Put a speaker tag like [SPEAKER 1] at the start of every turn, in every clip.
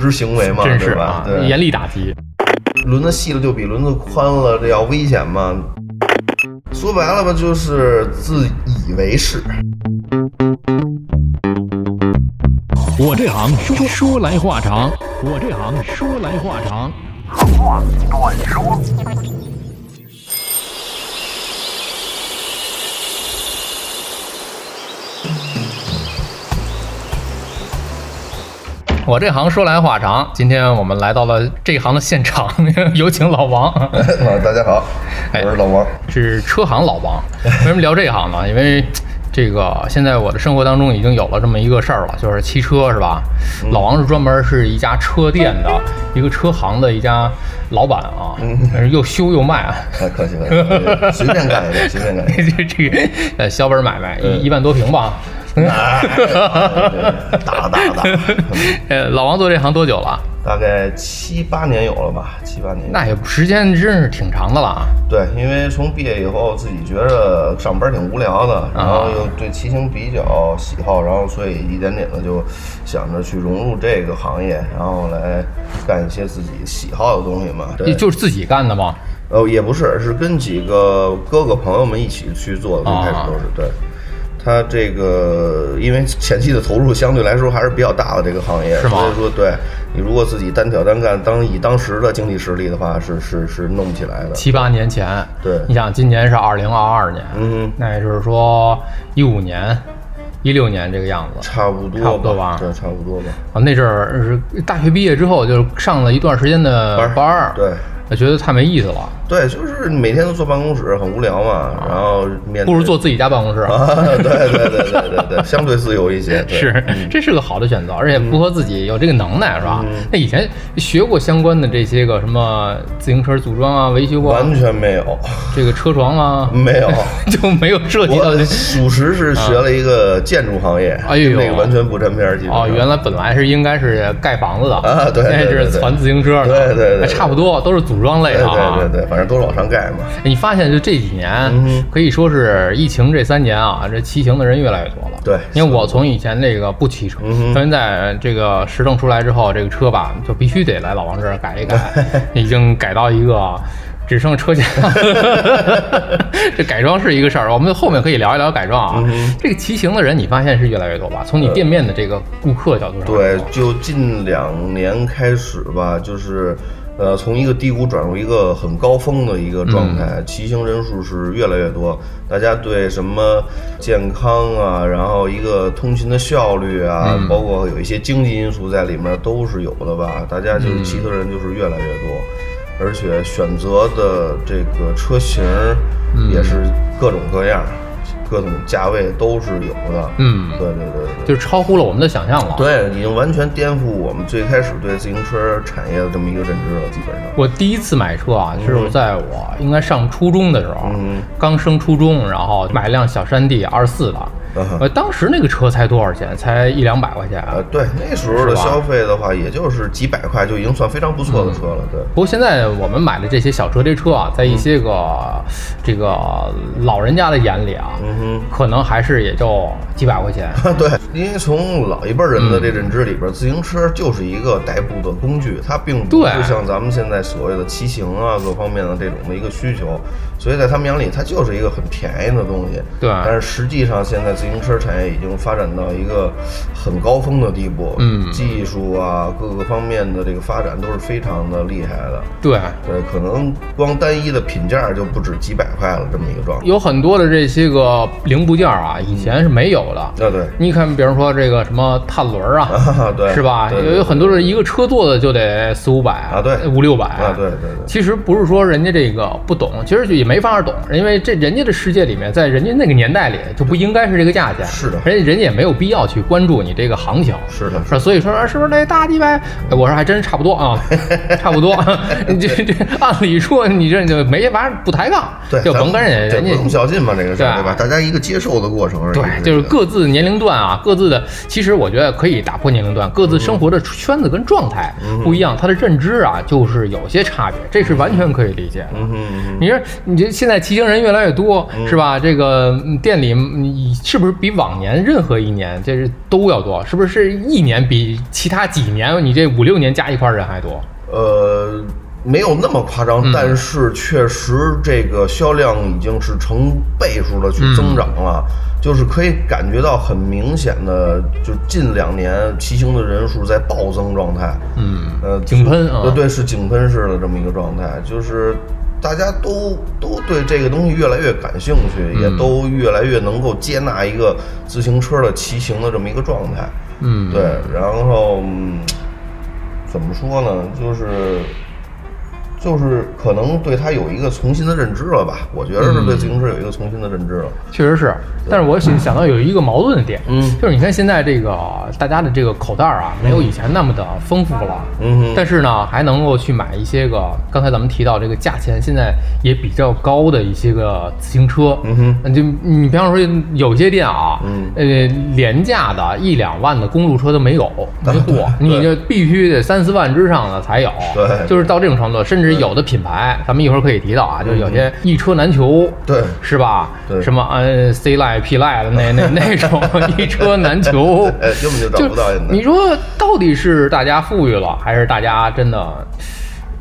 [SPEAKER 1] 之行为嘛，
[SPEAKER 2] 真是
[SPEAKER 1] 对吧？
[SPEAKER 2] 啊，
[SPEAKER 1] 对，
[SPEAKER 2] 严厉打击。
[SPEAKER 1] 轮子细了就比轮子宽了，这要危险吗？说白了吧，就是自以为是。
[SPEAKER 2] 我这行说说来话长，我这行说来话长。
[SPEAKER 3] 我这行说来话长，今天我们来到了这行的现场， 有请老王，
[SPEAKER 1] 啊，大家好，
[SPEAKER 2] 哎
[SPEAKER 1] 我是老王。
[SPEAKER 3] 是车行老王。为什么聊这行呢？因为这个现在我的生活当中已经有了这么一个事儿了，就是汽车是吧？
[SPEAKER 1] 嗯
[SPEAKER 3] 老王是专门是一家车店的一个车行的一家老板啊，但
[SPEAKER 1] 嗯
[SPEAKER 3] 是又修又卖啊。
[SPEAKER 1] 哎，客气客 气，随便干一个，哎随便干嗯一个。
[SPEAKER 3] 这 这个呃小本买卖一一万多平吧，
[SPEAKER 1] 哎打打打，
[SPEAKER 3] 呃，老王做这行多久了？
[SPEAKER 1] 大概七八年有了吧，七八年。
[SPEAKER 3] 那也时间真是挺长的了啊。
[SPEAKER 1] 对，因为从毕业以后，自己觉着上班挺无聊的，然
[SPEAKER 3] 啊
[SPEAKER 1] 后又对骑行比较喜好，然后所以一点点的就想着去融入这个行业，然后来干一些自己喜好的东西嘛。对，
[SPEAKER 3] 就是自己干的吗？
[SPEAKER 1] 呃，也不是，是跟几个哥哥朋友们一起去做的，最开始
[SPEAKER 3] 啊
[SPEAKER 1] 都是对。他这个因为前期的投入相对来说还是比较大的这个行业，
[SPEAKER 3] 是吗
[SPEAKER 1] 所以说对你如果自己单挑单干，当以当时的经济实力的话，是是是弄不起来的。
[SPEAKER 3] 七八年前，
[SPEAKER 1] 对
[SPEAKER 3] 你想今年是二零二二年，
[SPEAKER 1] 嗯，
[SPEAKER 3] 那也就是说一五年、一六年这个样子
[SPEAKER 1] 差不多
[SPEAKER 3] 差不多吧
[SPEAKER 1] 对，差不多吧。
[SPEAKER 3] 啊。那阵儿是大学毕业之后，就是上了一段时间的
[SPEAKER 1] 班儿
[SPEAKER 3] 班儿，
[SPEAKER 1] 对，
[SPEAKER 3] 觉得太没意思了，
[SPEAKER 1] 对，就是每天都坐办公室，很无聊嘛。然后面对
[SPEAKER 3] 不如坐自己家办公室。
[SPEAKER 1] 啊， 对对对对对对，相对自由一些。对嗯
[SPEAKER 3] 是，这是个好的选择，而且符合自己有这个能耐，是吧？那以前学过相关的这些个什么自行车组装啊、维修啊、
[SPEAKER 1] 完全没有，
[SPEAKER 3] 这个车床啊，
[SPEAKER 1] 没 有。
[SPEAKER 3] 就没有涉及到
[SPEAKER 1] 我属实是学了一个建筑行业，
[SPEAKER 3] 呃哎呦
[SPEAKER 1] 那个完全不沾边儿。基本上
[SPEAKER 3] 哦，原来本来是应该是盖房子的
[SPEAKER 1] 啊对对
[SPEAKER 3] 那
[SPEAKER 1] 对
[SPEAKER 3] 是
[SPEAKER 1] 对
[SPEAKER 3] 传自行车的，
[SPEAKER 1] 对对对对
[SPEAKER 3] 哎差不多都是组装类
[SPEAKER 1] 对
[SPEAKER 3] 的啊。
[SPEAKER 1] 对对对，反正都是往上盖嘛。
[SPEAKER 3] 你发现就这几年，
[SPEAKER 1] 嗯哼
[SPEAKER 3] 可以说是疫情这三年啊，这骑行的人越来越多了。
[SPEAKER 1] 对
[SPEAKER 3] 因为我从以前这个不骑车，
[SPEAKER 1] 嗯哼
[SPEAKER 3] 到现在这个实证出来之后，这个车吧就必须得来老王这儿改一改， 已经改到一个。 只剩车架，这改装是一个事儿，我们后面可以聊一聊改装啊。
[SPEAKER 1] 嗯
[SPEAKER 3] 这个骑行的人，你发现是越来越多吧？从你店面的这个顾客角度上，
[SPEAKER 1] 对，，就近两年开始吧，就是，呃，从一个低谷转入一个很高峰的一个状态，骑行人数是越来越多，大家对什么健康啊，然后一个通勤的效率啊，包括有一些经济因素在里面都是有的吧，大家就是骑车人就是越来越多。而且选择的这个车型儿也是各种各样，各种价位都是有的。
[SPEAKER 3] 嗯
[SPEAKER 1] 对对对对。
[SPEAKER 3] 就是超乎了我们的想象了。，
[SPEAKER 1] 对，已经完全颠覆我们最开始对自行车产业的这么一个认知了，基本上。
[SPEAKER 3] 我第一次买车啊，是在我应该上初中的时候，
[SPEAKER 1] 嗯
[SPEAKER 3] 刚升初中，然后买辆小山地二四的，
[SPEAKER 1] 嗯哼
[SPEAKER 3] 呃，当时那个车才多少钱？才一两百块钱。啊
[SPEAKER 1] 呃，对，那时候
[SPEAKER 3] 是
[SPEAKER 1] 的
[SPEAKER 3] 吧
[SPEAKER 1] 消费的话，也就是几百块就已经算非常不错的车了。对，
[SPEAKER 3] 不过现在我们买的这些小车，这车啊，在一些个、这个老人家的眼里啊，
[SPEAKER 1] 嗯
[SPEAKER 3] 可能还是也就几百块钱。
[SPEAKER 1] 哼， 对，因为从老一辈人的这
[SPEAKER 3] 嗯
[SPEAKER 1] 认知里边，自行车就是一个代步的工具，它并不
[SPEAKER 3] 对
[SPEAKER 1] 是像咱们现在所谓的骑行啊各方面的这种的一个需求，所以在他们眼里，它就是一个很便宜的东西。
[SPEAKER 3] 对
[SPEAKER 1] 但是实际上，现在自行车产业已经发展到一个很高峰的地步，
[SPEAKER 3] 嗯
[SPEAKER 1] 技术啊各个方面的这个发展都是非常的厉害的。
[SPEAKER 3] 对，
[SPEAKER 1] 对，可能光单一的品价就不止几百块了，这么一个状态。
[SPEAKER 3] 有很多的这些个零部件啊，以前是没有的。
[SPEAKER 1] 那啊对，
[SPEAKER 3] 你看，比如说这个什么碳轮儿啊
[SPEAKER 1] 对
[SPEAKER 3] 是吧？
[SPEAKER 1] 对对
[SPEAKER 3] 有有很多人一个车做的就得四五百
[SPEAKER 1] 啊对
[SPEAKER 3] 五六百
[SPEAKER 1] 啊对对对
[SPEAKER 3] 其实不是说人家这个不懂，其实也没法懂，因为这人家的世界里面，在人家那个年代里就不应该是这个价钱，
[SPEAKER 1] 是的
[SPEAKER 3] 人家人家也没有必要去关注你这个行情，
[SPEAKER 1] 是的
[SPEAKER 3] 是吧？所以说啊是不是那大几百？哎我说还真差不 多啊，差不多。 你这这按理说你这就没法不抬杠，
[SPEAKER 1] 对，
[SPEAKER 3] 就甭跟人家
[SPEAKER 1] 咱
[SPEAKER 3] 人
[SPEAKER 1] 们这不
[SPEAKER 3] 家
[SPEAKER 1] 用较劲嘛，这个事
[SPEAKER 3] 对啊
[SPEAKER 1] 儿对吧？大家一个接受的过程而已。
[SPEAKER 3] 对，就是各自年龄段啊，各自的，其实我觉得可以打破年龄段，各自生活的圈子跟状态
[SPEAKER 1] 嗯
[SPEAKER 3] 不一样，他的认知啊，就是有些差别，这是完全可以理解的。
[SPEAKER 1] 嗯哼嗯哼
[SPEAKER 3] 你说，你这现在骑行人越来越多，是吧？这个嗯店里嗯你是不不是比往年任何一年这是都要多？是不是一年比其他几年你这五六年加一块儿人还多？
[SPEAKER 1] 呃，没有那么夸
[SPEAKER 3] 嗯
[SPEAKER 1] 张，但是确实这个销量已经是成倍数的去
[SPEAKER 3] 嗯
[SPEAKER 1] 增长了，就是可以感觉到很明显的，就近两年骑行的人数在暴增状态。
[SPEAKER 3] 嗯，
[SPEAKER 1] 呃，
[SPEAKER 3] 井喷啊
[SPEAKER 1] 呃对，是井喷式的这么一个状态，就是大家都都对这个东西越来越感兴趣，
[SPEAKER 3] 嗯
[SPEAKER 1] 也都越来越能够接纳一个自行车的骑行的这么一个状态。
[SPEAKER 3] 嗯，
[SPEAKER 1] 对，然后嗯，怎么说呢？就是就是可能对它有一个重新的认知了吧？我觉得
[SPEAKER 3] 嗯
[SPEAKER 1] 是对自行车有一个重新的认知了。
[SPEAKER 3] 确实是，但是我想想到有一个矛盾的点，
[SPEAKER 1] 嗯
[SPEAKER 3] 就是你看现在这个大家的这个口袋儿啊，没有以前那么的丰富了，
[SPEAKER 1] 嗯哼
[SPEAKER 3] 但是呢，还能够去买一些个刚才咱们提到这个价钱现在也比较高的一些个自行车，
[SPEAKER 1] 嗯哼
[SPEAKER 3] 那就你比方说有些店啊，
[SPEAKER 1] 嗯
[SPEAKER 3] 呃，廉价的一两万的公路车都没有，没货，
[SPEAKER 1] 对
[SPEAKER 3] 你就必须得三四万之上的才有，
[SPEAKER 1] 对嗯
[SPEAKER 3] 就是到这种程度，甚至有的品牌，咱们一会儿可以提到啊，就是有些一车难求，
[SPEAKER 1] 对
[SPEAKER 3] 是吧？
[SPEAKER 1] 对
[SPEAKER 3] 什么呃 C 赖 P 赖的那那那种 一车 难求，
[SPEAKER 1] 哎，根本就找不到现在
[SPEAKER 3] 你。说到底是大家富裕了，还是大家真的？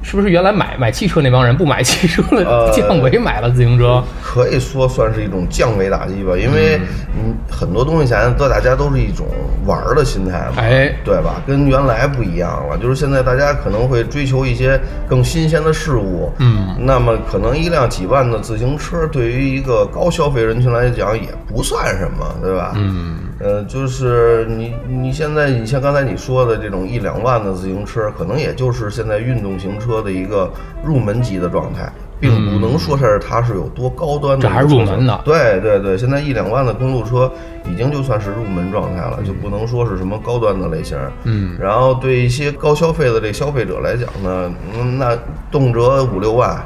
[SPEAKER 3] 是不是原来买买汽车那帮人不买汽车了，
[SPEAKER 1] 呃
[SPEAKER 3] 降维买了自行车？
[SPEAKER 1] 可以说算是一种降维打击吧，因为嗯，很多东西现在都大家都是一种玩儿的心态嘛，
[SPEAKER 3] 哎，
[SPEAKER 1] 对吧？跟原来不一样了，就是现在大家可能会追求一些更新鲜的事物，
[SPEAKER 3] 嗯，
[SPEAKER 1] 那么可能一辆几万的自行车对于一个高消费人群来讲也不算什么，对吧？嗯，呃，就是你你现在你像刚才你说的这种一两万的自行车，可能也就是现在运动型车的一个入门级的状态。并不能说是它是有多高端的
[SPEAKER 3] 嗯这
[SPEAKER 1] 一个车型，
[SPEAKER 3] 还是入门的
[SPEAKER 1] 对对对，现在一两万的公路车已经就算是入门状态了，就不能说是什么高端的类型。
[SPEAKER 3] 嗯，
[SPEAKER 1] 然后对一些高消费的这消费者来讲呢，嗯那动辄五六万，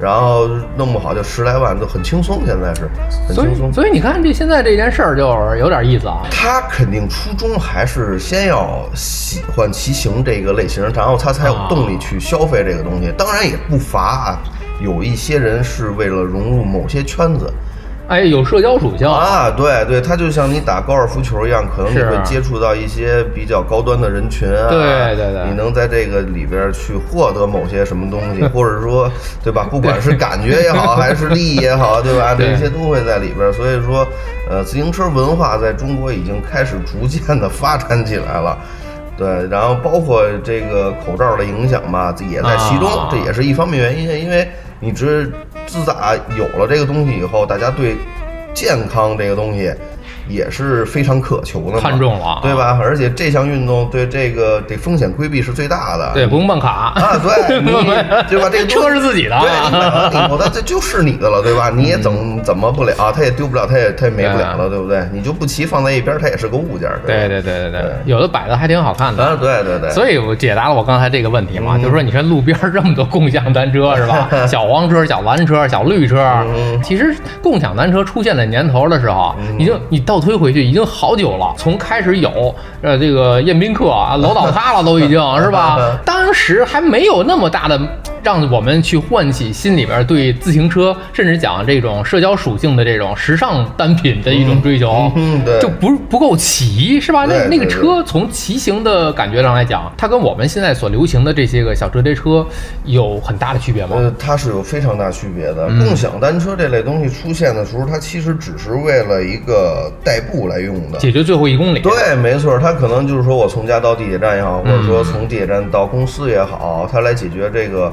[SPEAKER 1] 然后弄不好就十来万，就很轻松，现在是很
[SPEAKER 3] 所
[SPEAKER 1] 轻
[SPEAKER 3] 以
[SPEAKER 1] 松。
[SPEAKER 3] 所以你看这现在这件事儿就是有点意思啊。
[SPEAKER 1] 他肯定初衷还是先要喜欢骑行这个类型，然后他才
[SPEAKER 3] 啊
[SPEAKER 1] 有动力去消费这个东西。当然也不乏啊，有一些人是为了融入某些圈子，
[SPEAKER 3] 哎，有社交属性，
[SPEAKER 1] 啊，对对，它就像你打高尔夫球一样，可能你
[SPEAKER 3] 是啊
[SPEAKER 1] 会接触到一些比较高端的人群啊，
[SPEAKER 3] 对对对
[SPEAKER 1] 你能在这个里边儿去获得某些什么东 西，或者说，对吧？不管是感觉也好，还是利益也好，对吧？
[SPEAKER 3] 对
[SPEAKER 1] 这些都会在里边儿。所以说，呃，自行车文化在中国已经开始逐渐的发展起来了。对，然后包括这个口罩的影响吧，这也在其中，
[SPEAKER 3] 啊
[SPEAKER 1] 这也是一方面原因。因为你只自打有了这个东西以后，大家对健康这个东西也是非常渴求的嘛，
[SPEAKER 3] 看中了啊
[SPEAKER 1] 对吧？而且这项运动对这个这风险规避是最大的，
[SPEAKER 3] 对，不用办卡，
[SPEAKER 1] 啊，对， 你对吧？这个东西
[SPEAKER 3] 车是自己的啊
[SPEAKER 1] 对，你买完了以后，它这就是你的了，对吧？你也
[SPEAKER 3] 嗯
[SPEAKER 1] 怎怎么不了，啊它也丢不了，它也它也没不了了，对不对？你就不骑放在一边，它也是个物件儿，
[SPEAKER 3] 啊对
[SPEAKER 1] 吧
[SPEAKER 3] 对对对对
[SPEAKER 1] 对，
[SPEAKER 3] 有的摆的还挺好看的。
[SPEAKER 1] 啊，对对对，
[SPEAKER 3] 所以我解答了我刚才这个问题嘛，
[SPEAKER 1] 嗯
[SPEAKER 3] 就是说，你看路边儿这么多共享单车 是吧？小黄车、小蓝车、小绿车，
[SPEAKER 1] 嗯
[SPEAKER 3] 其实共享单车出现在年头的时候，已经你倒推回去已经好久了，从开始有呃这个宴宾客啊，楼倒塌了都 已经是吧？当时还没有那么大的让我们去唤起心里边对自行车，甚至讲这种社交属性的这种时尚单品的一种追求，
[SPEAKER 1] 嗯嗯对
[SPEAKER 3] 就不不够齐是吧？
[SPEAKER 1] 对
[SPEAKER 3] 那那个
[SPEAKER 1] 对对
[SPEAKER 3] 车从骑行的感觉上来讲，它跟我们现在所流行的这些个小折叠车有很大的区别吗？
[SPEAKER 1] 呃，它是有非常大区别的。
[SPEAKER 3] 嗯
[SPEAKER 1] 共享单车这类东西出现的时候，它其实只是为了一个代步来用的。
[SPEAKER 3] 解决最后一公里，
[SPEAKER 1] 对，没错，它可能就是说我从家到地铁站也好，
[SPEAKER 3] 嗯
[SPEAKER 1] 或者说从地铁站到公司也好，它来解决这个。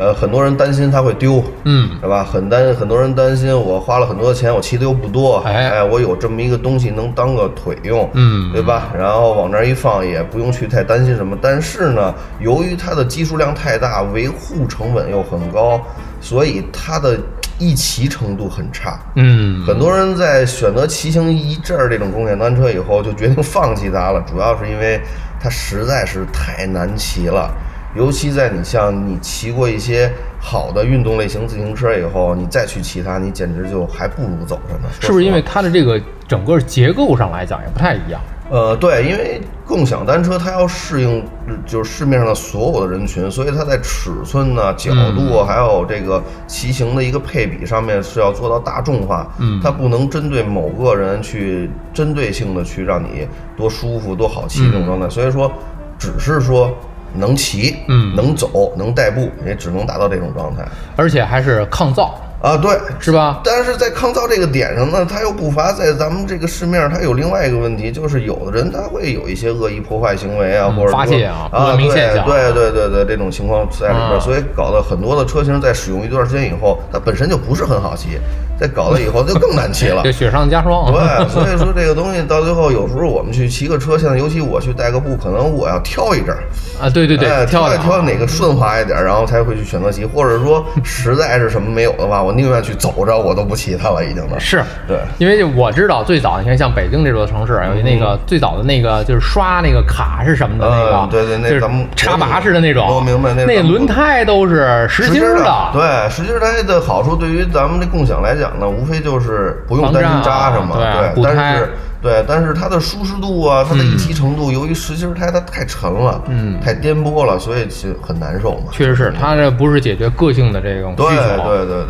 [SPEAKER 1] 呃，很多人担心它会丢，
[SPEAKER 3] 嗯，
[SPEAKER 1] 对吧？很担很多人担心，我花了很多钱，我骑的又不多，
[SPEAKER 3] 哎
[SPEAKER 1] 我有这么一个东西能当个腿用，
[SPEAKER 3] 嗯
[SPEAKER 1] 对吧？然后往那儿一放，也不用去太担心什么。但是呢，由于它的基数量太大，维护成本又很高，所以它的一骑程度很差。
[SPEAKER 3] 嗯，
[SPEAKER 1] 很多人在选择骑行一阵儿这种共享单车以后，就决定放弃它了，主要是因为它实在是太难骑了。尤其在你像你骑过一些好的运动类型自行车以后，你再去骑它，你简直就还不如走着呢。
[SPEAKER 3] 是不
[SPEAKER 1] 说
[SPEAKER 3] 是
[SPEAKER 1] 实
[SPEAKER 3] 因
[SPEAKER 1] 话
[SPEAKER 3] 为它的这个整个结构上来讲也不太一样？
[SPEAKER 1] 呃，对，因为共享单车它要适应就是市面上的所有的人群，所以它在尺寸呢、角
[SPEAKER 3] 嗯
[SPEAKER 1] 度啊、还有这个骑行的一个配比上面是要做到大众化，
[SPEAKER 3] 嗯
[SPEAKER 1] 它不能针对某个人去针对性的去让你多舒服、多好骑
[SPEAKER 3] 嗯
[SPEAKER 1] 这种状态，所以说只是说能骑，
[SPEAKER 3] 嗯
[SPEAKER 1] 能走、能代步，也只能达到这种状态
[SPEAKER 3] 而且还是抗造，
[SPEAKER 1] 啊，对。
[SPEAKER 3] 是吧？
[SPEAKER 1] 但是在抗造这个点上呢，它又不乏在咱们这个市面上，它有另外一个问题，就是有的人他会有一些恶意破坏行为啊，
[SPEAKER 3] 嗯
[SPEAKER 1] 或者说
[SPEAKER 3] 发泄啊不
[SPEAKER 1] 啊，
[SPEAKER 3] 文明
[SPEAKER 1] 对
[SPEAKER 3] 现象
[SPEAKER 1] 对对对对，这种情况在里边，
[SPEAKER 3] 啊
[SPEAKER 1] 所以搞得很多的车型在使用一段时间以后，它本身就不是很好骑，再搞了以后就更难骑 了
[SPEAKER 3] 这。雪上加霜啊，
[SPEAKER 1] 对，所以说这个东西到最后，有时候我们去骑个车，现在尤其我去带个步，可能我要挑一阵儿，
[SPEAKER 3] 啊，对对对，
[SPEAKER 1] 哎
[SPEAKER 3] 挑
[SPEAKER 1] 挑
[SPEAKER 3] 一
[SPEAKER 1] 挑哪个顺滑一点，然后才会去选择骑，或者 说实在是什么没有的话，我宁愿去走着，我都不骑它了，已经的。
[SPEAKER 3] 是，
[SPEAKER 1] 对，
[SPEAKER 3] 因为我知道最早，你看像北京这座城市，有那个最早的那个就是刷那个卡是什么的那
[SPEAKER 1] 嗯
[SPEAKER 3] 个，
[SPEAKER 1] 对对那
[SPEAKER 3] 就是
[SPEAKER 1] 咱们
[SPEAKER 3] 插拔式的那种，
[SPEAKER 1] 我明白那
[SPEAKER 3] 那
[SPEAKER 1] 是咱们
[SPEAKER 3] 轮胎都是实心
[SPEAKER 1] 儿
[SPEAKER 3] 儿
[SPEAKER 1] 的，对，实心儿胎的好处对于咱们这共享来讲呢，无非就是不用担心扎什么，
[SPEAKER 3] 防扎啊对
[SPEAKER 1] 对，
[SPEAKER 3] 补
[SPEAKER 1] 但
[SPEAKER 3] 胎
[SPEAKER 1] 是对，但是它的舒适度啊，它的一骑程度，由于实心儿胎它太沉了，
[SPEAKER 3] 嗯
[SPEAKER 1] 太颠簸了，所以就很难受嘛。
[SPEAKER 3] 确实是，它这不是解决个性的这种需
[SPEAKER 1] 对
[SPEAKER 3] 求。
[SPEAKER 1] 对对对对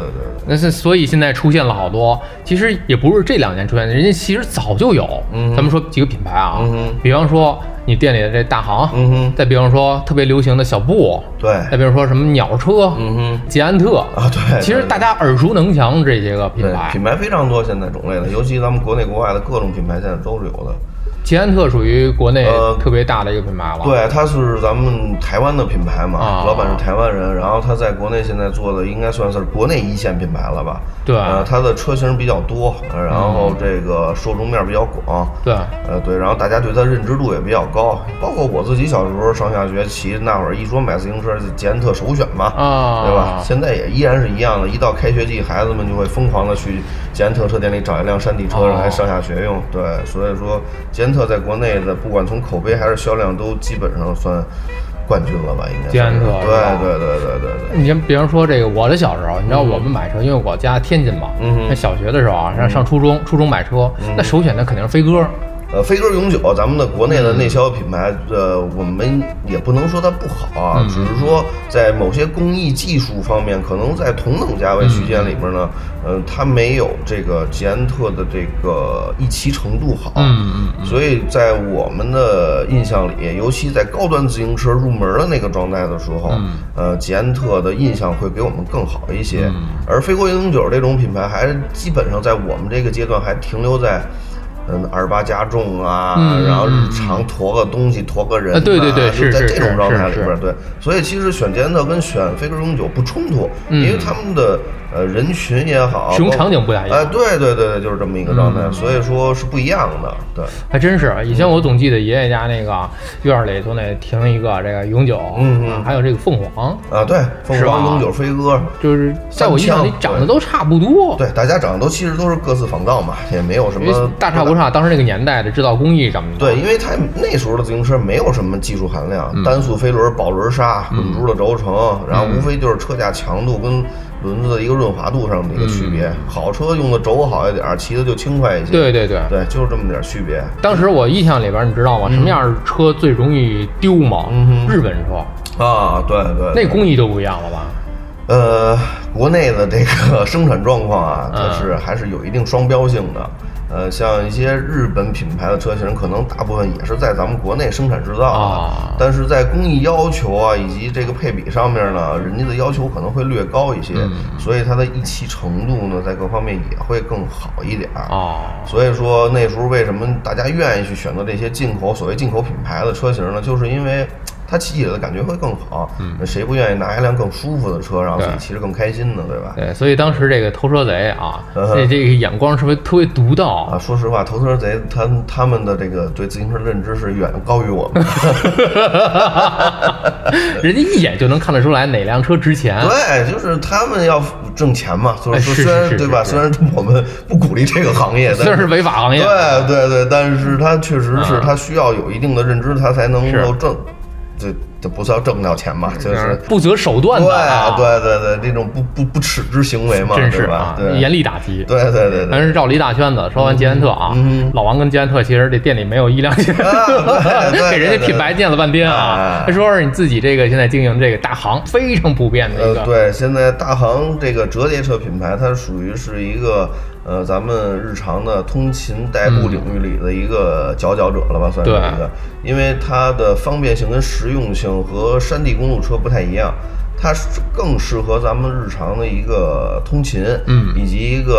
[SPEAKER 3] 那是所以现在出现了好多，其实也不是这两年出现的，人家其实早就有。
[SPEAKER 1] 嗯
[SPEAKER 3] 咱们说几个品牌啊，
[SPEAKER 1] 嗯哼
[SPEAKER 3] 比方说你店里的这大行，
[SPEAKER 1] 嗯哼
[SPEAKER 3] 再比方说特别流行的小布，
[SPEAKER 1] 对
[SPEAKER 3] 再
[SPEAKER 1] 对，
[SPEAKER 3] 比方说什么鸟车，
[SPEAKER 1] 嗯哼
[SPEAKER 3] 捷安特
[SPEAKER 1] 啊对对
[SPEAKER 3] 哎其实大家耳熟能详这些个品
[SPEAKER 1] 对
[SPEAKER 3] 牌，
[SPEAKER 1] 品牌非常多，现在种类的，尤其咱们国内国外的各种品牌现在都是有的。
[SPEAKER 3] 捷安特属于国内
[SPEAKER 1] 呃
[SPEAKER 3] 特别大的一个品牌了。，
[SPEAKER 1] 对，它是咱们台湾的品牌嘛，
[SPEAKER 3] 啊
[SPEAKER 1] 老板是台湾人，然后他在国内现在做的应该算是国内一线品牌了吧？
[SPEAKER 3] 对嗯
[SPEAKER 1] 呃，它的车型比较多，呃然后这个受众面比较广。
[SPEAKER 3] 对，
[SPEAKER 1] 呃，对，然后大家对它认知度也比较高，包括我自己小时候上下学骑那会儿，一说买自行车，捷安特首选嘛，
[SPEAKER 3] 啊
[SPEAKER 1] 对吧？现在也依然是一样的，一到开学季，孩子们就会疯狂的去捷安特车店里找一辆山地车
[SPEAKER 3] 哦
[SPEAKER 1] 来上下学用。对，所以说捷安特在国内的不管从口碑还是销量，都基本上算冠军了吧？应该算是
[SPEAKER 3] 捷安特是吧
[SPEAKER 1] 对对对对对对，
[SPEAKER 3] 你先比方说这个，我的小时候，你知道我们买车，因为我家天津嘛，
[SPEAKER 1] 嗯哼嗯
[SPEAKER 3] 那小学的时候啊，上上初中，初中买车，那首选的肯定是飞啊鸽。
[SPEAKER 1] 呃，飞鸽永久，咱们的国内的内销品牌，呃，我们也不能说它不好啊，
[SPEAKER 3] 嗯
[SPEAKER 1] 只是说在某些工艺技术方面，可能在同等价位区间里边呢，
[SPEAKER 3] 嗯
[SPEAKER 1] 呃，它没有这个捷安特的这个一骑程度好。
[SPEAKER 3] 嗯
[SPEAKER 1] 所以在我们的印象里，尤其在高端自行车入门的那个状态的时候，
[SPEAKER 3] 嗯
[SPEAKER 1] 呃，捷安特的印象会给我们更好一些。而飞过一零九这种品牌，还基本上在我们这个阶段还停留在。嗯，二十八加重啊，
[SPEAKER 3] 嗯
[SPEAKER 1] 然后日常驮个东西，驮个人、啊
[SPEAKER 3] 啊对对对
[SPEAKER 1] 就是在
[SPEAKER 3] 是
[SPEAKER 1] 这种
[SPEAKER 3] 是
[SPEAKER 1] 状态里
[SPEAKER 3] 是
[SPEAKER 1] 边，对，所以其实选捷安特跟选飞鸽永久不冲突，
[SPEAKER 3] 嗯
[SPEAKER 1] 因为他们的呃人群也好，
[SPEAKER 3] 使用
[SPEAKER 1] 包
[SPEAKER 3] 场景不太一样嗯
[SPEAKER 1] 哎，对对对对，就是这么一个状态，所以说是不一样的，对。
[SPEAKER 3] 还真是。以前我总记得爷爷家那个院儿里总得停一个这个永久，
[SPEAKER 1] 嗯嗯
[SPEAKER 3] 啊还有这个凤凰，
[SPEAKER 1] 啊，对，凤
[SPEAKER 3] 是吧
[SPEAKER 1] 凰、永久、飞鸽，
[SPEAKER 3] 就是在我印象里
[SPEAKER 1] 三枪
[SPEAKER 3] 长得都差不多。
[SPEAKER 1] 对，大家长得都其实都是各自仿造嘛，也没有什
[SPEAKER 3] 因为
[SPEAKER 1] 么
[SPEAKER 3] 大差不。差，当时那个年代的制造工艺什么的。
[SPEAKER 1] 对，因为它那时候的自行车没有什么技术含量，
[SPEAKER 3] 嗯
[SPEAKER 1] 单速飞轮、保轮刹、滚珠的轴承，然后无非就是车架强度跟轮子的一个润滑度上的一个区别。好车用的轴好一点儿，骑的就轻快一些。
[SPEAKER 3] 嗯对对对
[SPEAKER 1] 对，就是这么点儿区别。
[SPEAKER 3] 当时我印象里边，你知道吗？什么样的车最容易丢吗？
[SPEAKER 1] 嗯哼
[SPEAKER 3] 日本车，
[SPEAKER 1] 啊，对对对
[SPEAKER 3] 那工艺就不一样了吧？
[SPEAKER 1] 呃，国内的这个生产状况啊，它
[SPEAKER 3] 嗯
[SPEAKER 1] 是还是有一定双标性的。呃，像一些日本品牌的车型，可能大部分也是在咱们国内生产制造的，
[SPEAKER 3] 啊
[SPEAKER 1] 但是在工艺要求啊以及这个配比上面呢，人家的要求可能会略高一些，
[SPEAKER 3] 嗯
[SPEAKER 1] 所以它的一骑程度呢，在各方面也会更好一点儿。
[SPEAKER 3] 哦，
[SPEAKER 1] 所以说那时候为什么大家愿意去选择这些进口所谓进口品牌的车型呢？就是因为它骑起来的感觉会更好。嗯，谁不愿意拿一辆更舒服的车，然后自己
[SPEAKER 3] 对
[SPEAKER 1] 骑着更开心呢？对吧？
[SPEAKER 3] 对，所以当时这个偷车贼啊，
[SPEAKER 1] 嗯哼
[SPEAKER 3] 这这个眼光是不是特别独
[SPEAKER 1] 啊，
[SPEAKER 3] 到？
[SPEAKER 1] 说实话，头车贼他他们的这个对自行车的认知是远高于我们 的。
[SPEAKER 3] 人家一眼就能看得出来哪辆车值钱。
[SPEAKER 1] 对，就是他们要挣钱嘛，所以
[SPEAKER 3] 哎
[SPEAKER 1] 说
[SPEAKER 3] 是
[SPEAKER 1] 虽然
[SPEAKER 3] 是是
[SPEAKER 1] 对吧，
[SPEAKER 3] 是
[SPEAKER 1] 虽然我们不鼓励这个行业，
[SPEAKER 3] 虽然是违法行业，
[SPEAKER 1] 对对对，但是它确实是
[SPEAKER 3] 嗯
[SPEAKER 1] 它需要有一定的认知，它才能
[SPEAKER 3] 是
[SPEAKER 1] 够正这这不是要挣不了钱嘛，就
[SPEAKER 3] 就是
[SPEAKER 1] 是
[SPEAKER 3] 不择手段的、啊，
[SPEAKER 1] 对对对对，这种不不不耻之行为嘛，
[SPEAKER 3] 真
[SPEAKER 1] 对
[SPEAKER 3] 是啊
[SPEAKER 1] 吧？，对
[SPEAKER 3] 严厉打击。
[SPEAKER 1] 对对对
[SPEAKER 3] 咱
[SPEAKER 1] 对，
[SPEAKER 3] 是绕了一大圈子，说完捷安特啊，
[SPEAKER 1] 嗯
[SPEAKER 3] 老王跟捷安特其实这店里没有一辆捷安
[SPEAKER 1] 啊
[SPEAKER 3] 特，
[SPEAKER 1] 对对
[SPEAKER 3] 给人家品牌念了半天啊
[SPEAKER 1] 对对对。
[SPEAKER 3] 他说说你自己这个现在经营这个大行非常普遍的一
[SPEAKER 1] 呃，
[SPEAKER 3] 个，
[SPEAKER 1] 对，现在大行这个折叠车品牌，它属于是一个呃咱们日常的通勤代步领域里的一个佼佼者了吧，算是一
[SPEAKER 3] 嗯对
[SPEAKER 1] 个，因为它的方便性跟实用性和山地公路车不太一样。它是更适合咱们日常的一个通勤，
[SPEAKER 3] 嗯
[SPEAKER 1] 以及一个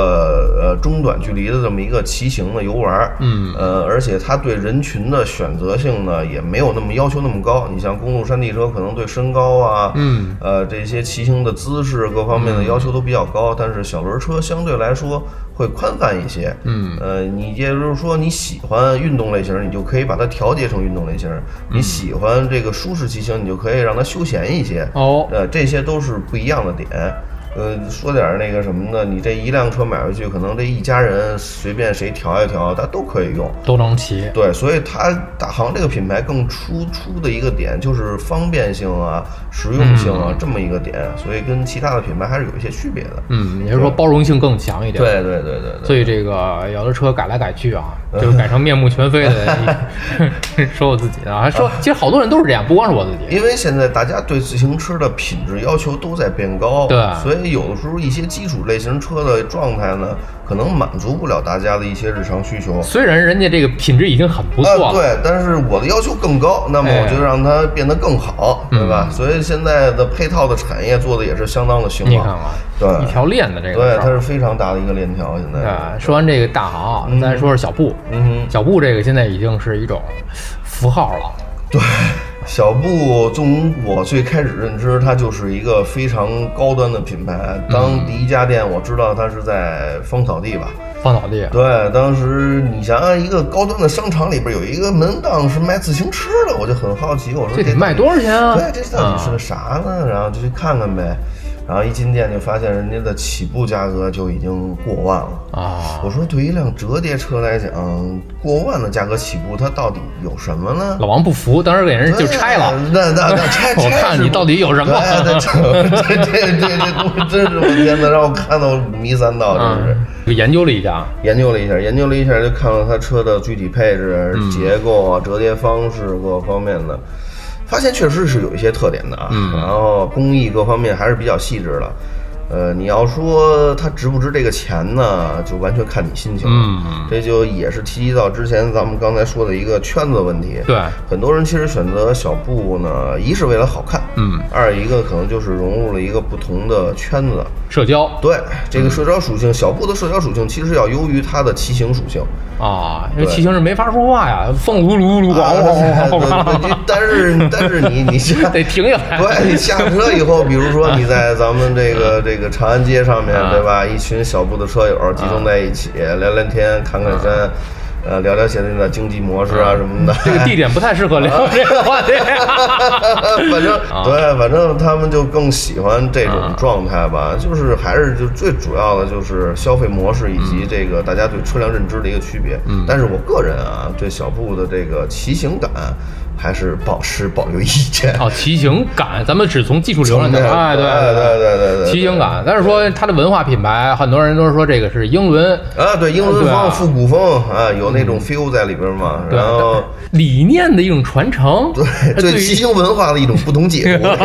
[SPEAKER 1] 呃中短距离的这么一个骑行的游玩儿，
[SPEAKER 3] 嗯
[SPEAKER 1] 呃，而且它对人群的选择性呢也没有那么要求那么高。你像公路山地车，可能对身高啊，
[SPEAKER 3] 嗯，
[SPEAKER 1] 呃，这些骑行的姿势各方面的要求都比较高，但是小轮车相对来说会宽泛一些。
[SPEAKER 3] 嗯，
[SPEAKER 1] 呃，你也就是说你喜欢运动类型，你就可以把它调节成运动类型；你喜欢这个舒适骑行，你就可以让它休闲一些。
[SPEAKER 3] 哦，
[SPEAKER 1] 呃，这些都是不一样的点。呃，说点儿那个什么呢？你这一辆车买回去，可能这一家人随便谁调一调，它都可以用。
[SPEAKER 3] 都能骑。
[SPEAKER 1] 对，所以它大行这个品牌更突出的一个点就是方便性啊、实用性
[SPEAKER 3] 嗯
[SPEAKER 1] 啊、这么一个点，所以跟其他的品牌还是有一些区别的。
[SPEAKER 3] 嗯，也就是说包容性更强一点。。
[SPEAKER 1] 对对对对嗯对，
[SPEAKER 3] 所以这个摇的车改来改去啊，就是改成面目全非 的。说我自己的啊，还说其实好多人都是这样，不光是我自己。
[SPEAKER 1] 因为现在大家对自行车的品质要求都在变高，
[SPEAKER 3] 对
[SPEAKER 1] 所以有的时候一些基础类型车的状态呢，可能满足不了大家的一些日常需求。
[SPEAKER 3] 虽然人家这个品质已经很不
[SPEAKER 1] 啊
[SPEAKER 3] 错了，
[SPEAKER 1] 对，但是我的要求更高，那么
[SPEAKER 3] 哎嗯
[SPEAKER 1] 我就让它变得更好，对吧？所以现在的配套的产业做的也是相当的兴
[SPEAKER 3] 你看啊
[SPEAKER 1] 旺，
[SPEAKER 3] 看，
[SPEAKER 1] 对
[SPEAKER 3] 一条链的这个
[SPEAKER 1] 对，
[SPEAKER 3] 事
[SPEAKER 1] 它
[SPEAKER 3] 儿。
[SPEAKER 1] 是非常大的一个链条，现在。
[SPEAKER 3] 啊，说完这个大行啊，咱说说小布。
[SPEAKER 1] 嗯哼，
[SPEAKER 3] 小布这个现在已经是一种符号了，
[SPEAKER 1] 对，小布，从我最开始认知，它就是一个非常高端的品牌。
[SPEAKER 3] 嗯
[SPEAKER 1] 当第一家店，我知道它是在芳草地吧？
[SPEAKER 3] 放倒地。
[SPEAKER 1] 对，当时你想想，一个高端的商场里边有一个门档是卖自行车的，我就很好奇，我说
[SPEAKER 3] 这得
[SPEAKER 1] 到
[SPEAKER 3] 卖
[SPEAKER 1] 底
[SPEAKER 3] 多少钱啊？
[SPEAKER 1] 对，这到底是
[SPEAKER 3] 啊
[SPEAKER 1] 个啥呢？然后就去看看呗。然后一进店就发现人家的起步价格就已经过万了。
[SPEAKER 3] 啊，
[SPEAKER 1] 我说，对于一辆折叠车来讲，过万的价格起步，它到底有什么呢？
[SPEAKER 3] 老王不服，当时给人就拆了。
[SPEAKER 1] 那那那拆拆
[SPEAKER 3] 我看
[SPEAKER 1] 是
[SPEAKER 3] 你
[SPEAKER 1] 不
[SPEAKER 3] 到底有什么
[SPEAKER 1] 对对 这这这这这东西真是我天哪，让我看到五迷三道，真是。
[SPEAKER 3] 嗯，就研究了一下，
[SPEAKER 1] 研究了一下，研究了一下，就看了它车的具体配置、
[SPEAKER 3] 嗯
[SPEAKER 1] 结构啊、折叠方式各方面的，发现确实是有一些特点的啊。
[SPEAKER 3] 嗯
[SPEAKER 1] 然后工艺各方面还是比较细致的。呃，你要说它值不值这个钱呢，就完全看你心情了。
[SPEAKER 3] 嗯
[SPEAKER 1] 这就也是提及到之前咱们刚才说的一个圈子问题。
[SPEAKER 3] 对，
[SPEAKER 1] 很多人其实选择小布呢，一是为了好看，
[SPEAKER 3] 嗯，
[SPEAKER 1] 二一个可能就是融入了一个不同的圈子。
[SPEAKER 3] 社交
[SPEAKER 1] 对，这个社交属性，小布的社交属性其实要优于它的骑行属性。
[SPEAKER 3] 啊，因为骑行是没法说话呀，风噜噜噜
[SPEAKER 1] 啊
[SPEAKER 3] 咣咣
[SPEAKER 1] 对
[SPEAKER 3] 咣
[SPEAKER 1] 对
[SPEAKER 3] 咣，
[SPEAKER 1] 但是但是你你下
[SPEAKER 3] 哦 得停下来。
[SPEAKER 1] 对你下车以后，比如说你在咱们这个这个长安街上面
[SPEAKER 3] 啊，
[SPEAKER 1] 对吧？一群小布的车友集中在一起聊聊天、侃侃山，呃，聊聊现在的经济模式啊什么的。
[SPEAKER 3] 啊这个地点不太适合聊这个话题。
[SPEAKER 1] 呃反正
[SPEAKER 3] 啊
[SPEAKER 1] 对，反正他们就更喜欢这种状态吧，就是还是就最主要的就是消费模式以
[SPEAKER 3] 嗯
[SPEAKER 1] 及这个大家对车辆认知的一个区别。嗯，但是我个人啊，对小布的这个骑行感还是保持保留意见。
[SPEAKER 3] 哦，骑行感，咱们只从技术流上
[SPEAKER 1] 对
[SPEAKER 3] 讲。哎，
[SPEAKER 1] 对对对对对，
[SPEAKER 3] 骑行感。但是说它的文化品牌，很多人都是说这个是英伦
[SPEAKER 1] 啊，对英伦
[SPEAKER 3] 对啊嗯
[SPEAKER 1] 风、复古风啊，有那种 feel 在里边嘛。然后
[SPEAKER 3] 理念的一种传承，
[SPEAKER 1] 对
[SPEAKER 3] 对
[SPEAKER 1] 对骑
[SPEAKER 3] 于
[SPEAKER 1] 行文化的一种不同解读。这是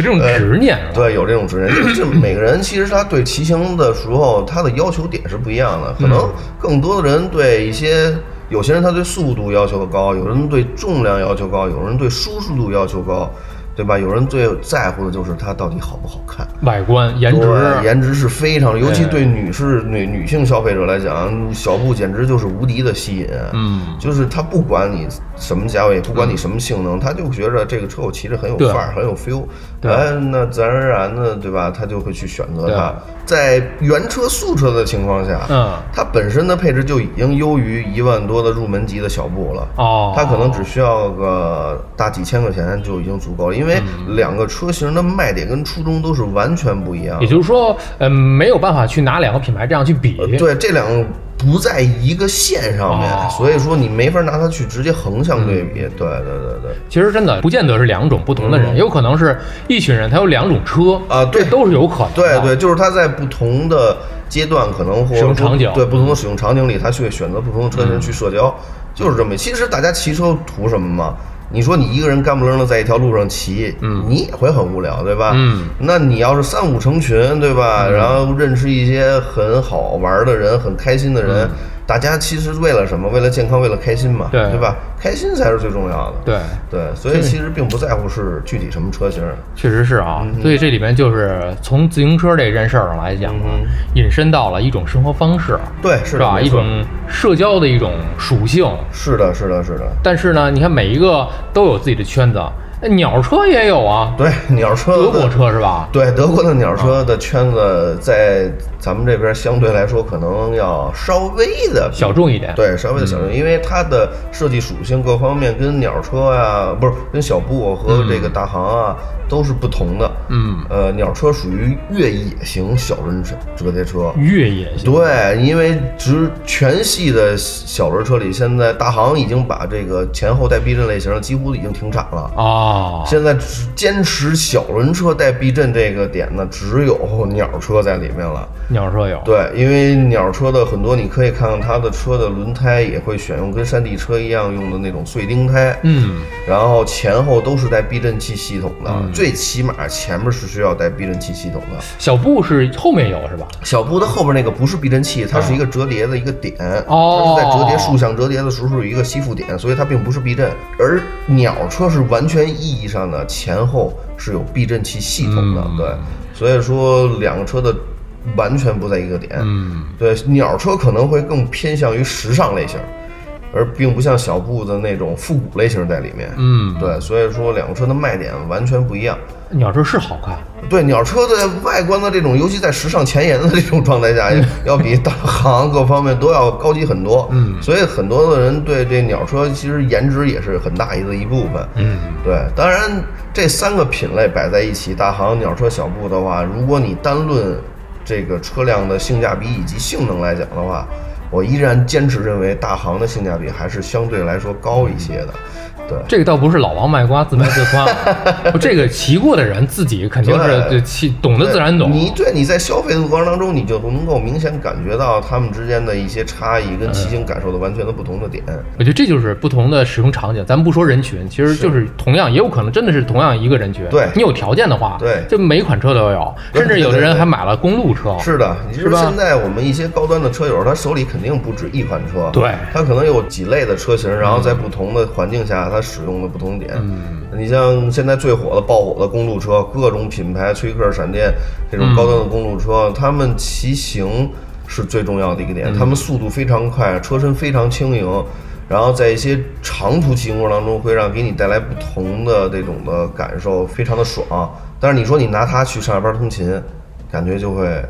[SPEAKER 3] 有这种执念啊是吧？
[SPEAKER 1] 对，有这种职业，就是这每个人其实他对骑行的时候，他的要求点是不一样的。可能
[SPEAKER 3] 嗯
[SPEAKER 1] 更多的人对一些，有些人他对速度要求高，有人对重量要求高，有人对舒适度要求高，对吧？有人最在乎的就是它到底好不好看。
[SPEAKER 3] 外观、颜值，哎
[SPEAKER 1] 对颜值是非常，尤其对女士、女女性消费者来讲，小布简直就是无敌的吸引。
[SPEAKER 3] 嗯，
[SPEAKER 1] 就是他不管你什么价位，不管你什么性能，他就觉着这个车我骑着很有
[SPEAKER 3] 对
[SPEAKER 1] 范儿，很有 feel。
[SPEAKER 3] 对
[SPEAKER 1] 哎，那自然而然的，对吧？他就会去选择它
[SPEAKER 3] 对。
[SPEAKER 1] 在原车素车的情况下，
[SPEAKER 3] 嗯，
[SPEAKER 1] 它本身的配置就已经优于一万多的入门级的小布了。
[SPEAKER 3] 哦，
[SPEAKER 1] 它可能只需要个大几千块钱就已经足够了，因因为
[SPEAKER 3] 嗯
[SPEAKER 1] 两个车型的卖点跟初衷都是完全不一样
[SPEAKER 3] 也
[SPEAKER 1] 的。
[SPEAKER 3] 就是说，呃，没有办法去拿两个品牌这样去比。
[SPEAKER 1] 呃对，这两个不在一个线上面，
[SPEAKER 3] 哦
[SPEAKER 1] 所以说你没法拿它去直接横向对比。对对对对。
[SPEAKER 3] 其实真的不见得是两种不同的人，有可能是一群人，他有两种车
[SPEAKER 1] 嗯啊对
[SPEAKER 3] 这都是有可能
[SPEAKER 1] 对
[SPEAKER 3] 的。
[SPEAKER 1] 对，就是它在不同的阶段，可能或
[SPEAKER 3] 使用场景嗯
[SPEAKER 1] 对不同的使用场景里，它去选择不同的车型去社交，就是这么。其实大家骑车图什么嘛？你说你一个人干不愣的在一条路上骑，你也会很无聊，对吧？
[SPEAKER 3] 嗯，
[SPEAKER 1] 那你要是三五成群，对吧？然后认识一些很好玩的人，很开心的人，大家其实为了什么？为了健康，为了开心嘛，
[SPEAKER 3] 嗯对
[SPEAKER 1] 对吧？开心才是最重要的。
[SPEAKER 3] 对
[SPEAKER 1] 对，所以其实并不在乎是具体什么车型。
[SPEAKER 3] 确实是啊，
[SPEAKER 1] 嗯
[SPEAKER 3] 所以这里面就是从自行车这件事儿上来讲啊，
[SPEAKER 1] 嗯
[SPEAKER 3] 引申到了一种生活方式，啊
[SPEAKER 1] 对，是
[SPEAKER 3] 是
[SPEAKER 1] 的
[SPEAKER 3] 吧？
[SPEAKER 1] 没
[SPEAKER 3] 一
[SPEAKER 1] 错
[SPEAKER 3] 种社交的一种属性。
[SPEAKER 1] 是的，是的，是的。
[SPEAKER 3] 但是呢，你看每一个都有自己的圈子，那鸟车也有啊，
[SPEAKER 1] 对，鸟车
[SPEAKER 3] 德
[SPEAKER 1] 的
[SPEAKER 3] 国，车是啊吧？
[SPEAKER 1] 对德国的鸟车的圈子在咱们这边相对来说可能要稍微的
[SPEAKER 3] 小众一点。嗯
[SPEAKER 1] 对，稍微的小众，因为它的设计属性各方面跟鸟车啊，不是跟小布和这个大航啊、都是不同的。
[SPEAKER 3] 嗯，
[SPEAKER 1] 呃，鸟车属于越野型小轮车折叠车，
[SPEAKER 3] 越野型。
[SPEAKER 1] 对，因为直全系的小轮车里，现在大航已经把这个前后带避震类型的几乎已经停产了。
[SPEAKER 3] 哦，
[SPEAKER 1] 现在只坚持小轮车带避震这个点呢，只有鸟车在里面了。
[SPEAKER 3] 鸟车有。
[SPEAKER 1] 对，因为鸟车的很多，你可以看看它的车的轮胎也会选用跟山地车一样用的那种碎钉胎，
[SPEAKER 3] 嗯，
[SPEAKER 1] 然后前后都是带避震器系统的，最起码前面是需要带避震器系统的。
[SPEAKER 3] 小布是后面有是吧？
[SPEAKER 1] 小布的后边那个不是避震器，它
[SPEAKER 3] 嗯
[SPEAKER 1] 是一个折叠的一个点，
[SPEAKER 3] 哦
[SPEAKER 1] 它是在折叠竖向折叠的时候有一个吸附点，所以它并不是避震。而鸟车是完全意义上的前后是有避震器系统的，
[SPEAKER 3] 嗯
[SPEAKER 1] 对，所以说两个车的完全不在一个点。
[SPEAKER 3] 嗯，
[SPEAKER 1] 对，鸟车可能会更偏向于时尚类型，而并不像小布的那种复古类型在里面。
[SPEAKER 3] 嗯
[SPEAKER 1] 对，所以说两个车的卖点完全不一样。
[SPEAKER 3] 鸟车是好看。
[SPEAKER 1] 对鸟车的外观的这种，尤其在时尚前沿的这种状态下， 要比大航各方面都要高级很多。嗯，所以很多的人对这鸟车其实颜值也是很大一的一部分。嗯，对，当然这三个品类摆在一起，大航、鸟车、小布的话，如果你单论这个车辆的性价比以及性能来讲的话，我依然坚持认为大航的性价比还是相对来说高一些的。对，
[SPEAKER 3] 这个倒不是老王卖瓜自卖自 夸啊，不这个骑过的人自己肯定是
[SPEAKER 1] 对
[SPEAKER 3] 对骑懂得自然懂。
[SPEAKER 1] 你对你在消费的过程当中，你就能够明显感觉到他们之间的一些差异，
[SPEAKER 3] 嗯
[SPEAKER 1] 跟骑行感受的完全的不同的点。
[SPEAKER 3] 我觉得这就是不同的使用场景，咱们不说人群，其实就是同样也有可能真的是同样一个人群。
[SPEAKER 1] 对
[SPEAKER 3] 你有条件的话，
[SPEAKER 1] 对
[SPEAKER 3] 就每款车都有，
[SPEAKER 1] 对
[SPEAKER 3] 甚至有的
[SPEAKER 1] 对对
[SPEAKER 3] 人
[SPEAKER 1] 对
[SPEAKER 3] 还买了公路车。
[SPEAKER 1] 是的，你就是是
[SPEAKER 3] 吧
[SPEAKER 1] 现在我们一些高端的车友，他手里肯定不止一款车，
[SPEAKER 3] 对
[SPEAKER 1] 他可能有几类的车型，然后在不同的环境下，他使用的不同点。嗯，你像现在最火的、爆火的公路车，各种品牌崔克、闪电这种高端的公路车，他们骑行是最重要的一个点，他们速度非常快，车身非常轻盈。然后在一些长途骑行过程当中，会让给你带来不同的这种的感受，非常的爽。但是你说你拿它去上下班通勤，感觉就会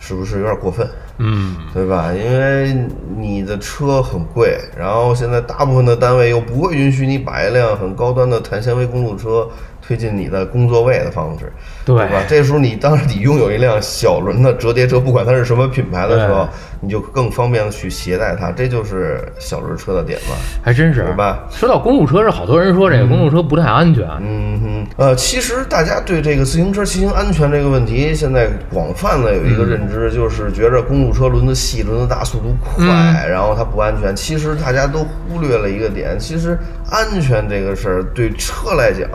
[SPEAKER 1] 是不是有点过分？
[SPEAKER 3] 嗯，
[SPEAKER 1] 对吧？因为你的车很贵，然后现在大部分的单位又不会允许你把一辆很高端的碳纤维公路车推进你的工作位的方式，
[SPEAKER 3] 对
[SPEAKER 1] 吧？这时候你当然你拥有一辆小轮的折叠车，不管它是什么品牌的时候
[SPEAKER 3] 对，
[SPEAKER 1] 你就更方便的去携带它，这就是小轮车的点吧。
[SPEAKER 3] 还真是
[SPEAKER 1] 是吧？
[SPEAKER 3] 说到公路车，是好多人说这个公路车不太安全。
[SPEAKER 1] 嗯哼，呃，其实大家对这个自行车骑行安全这个问题，现在广泛的有一个认知，就是觉着公路车轮子细、轮子大、速度快，
[SPEAKER 3] 嗯
[SPEAKER 1] 然后它不安全。其实大家都忽略了一个点，其实安全这个事儿对车来讲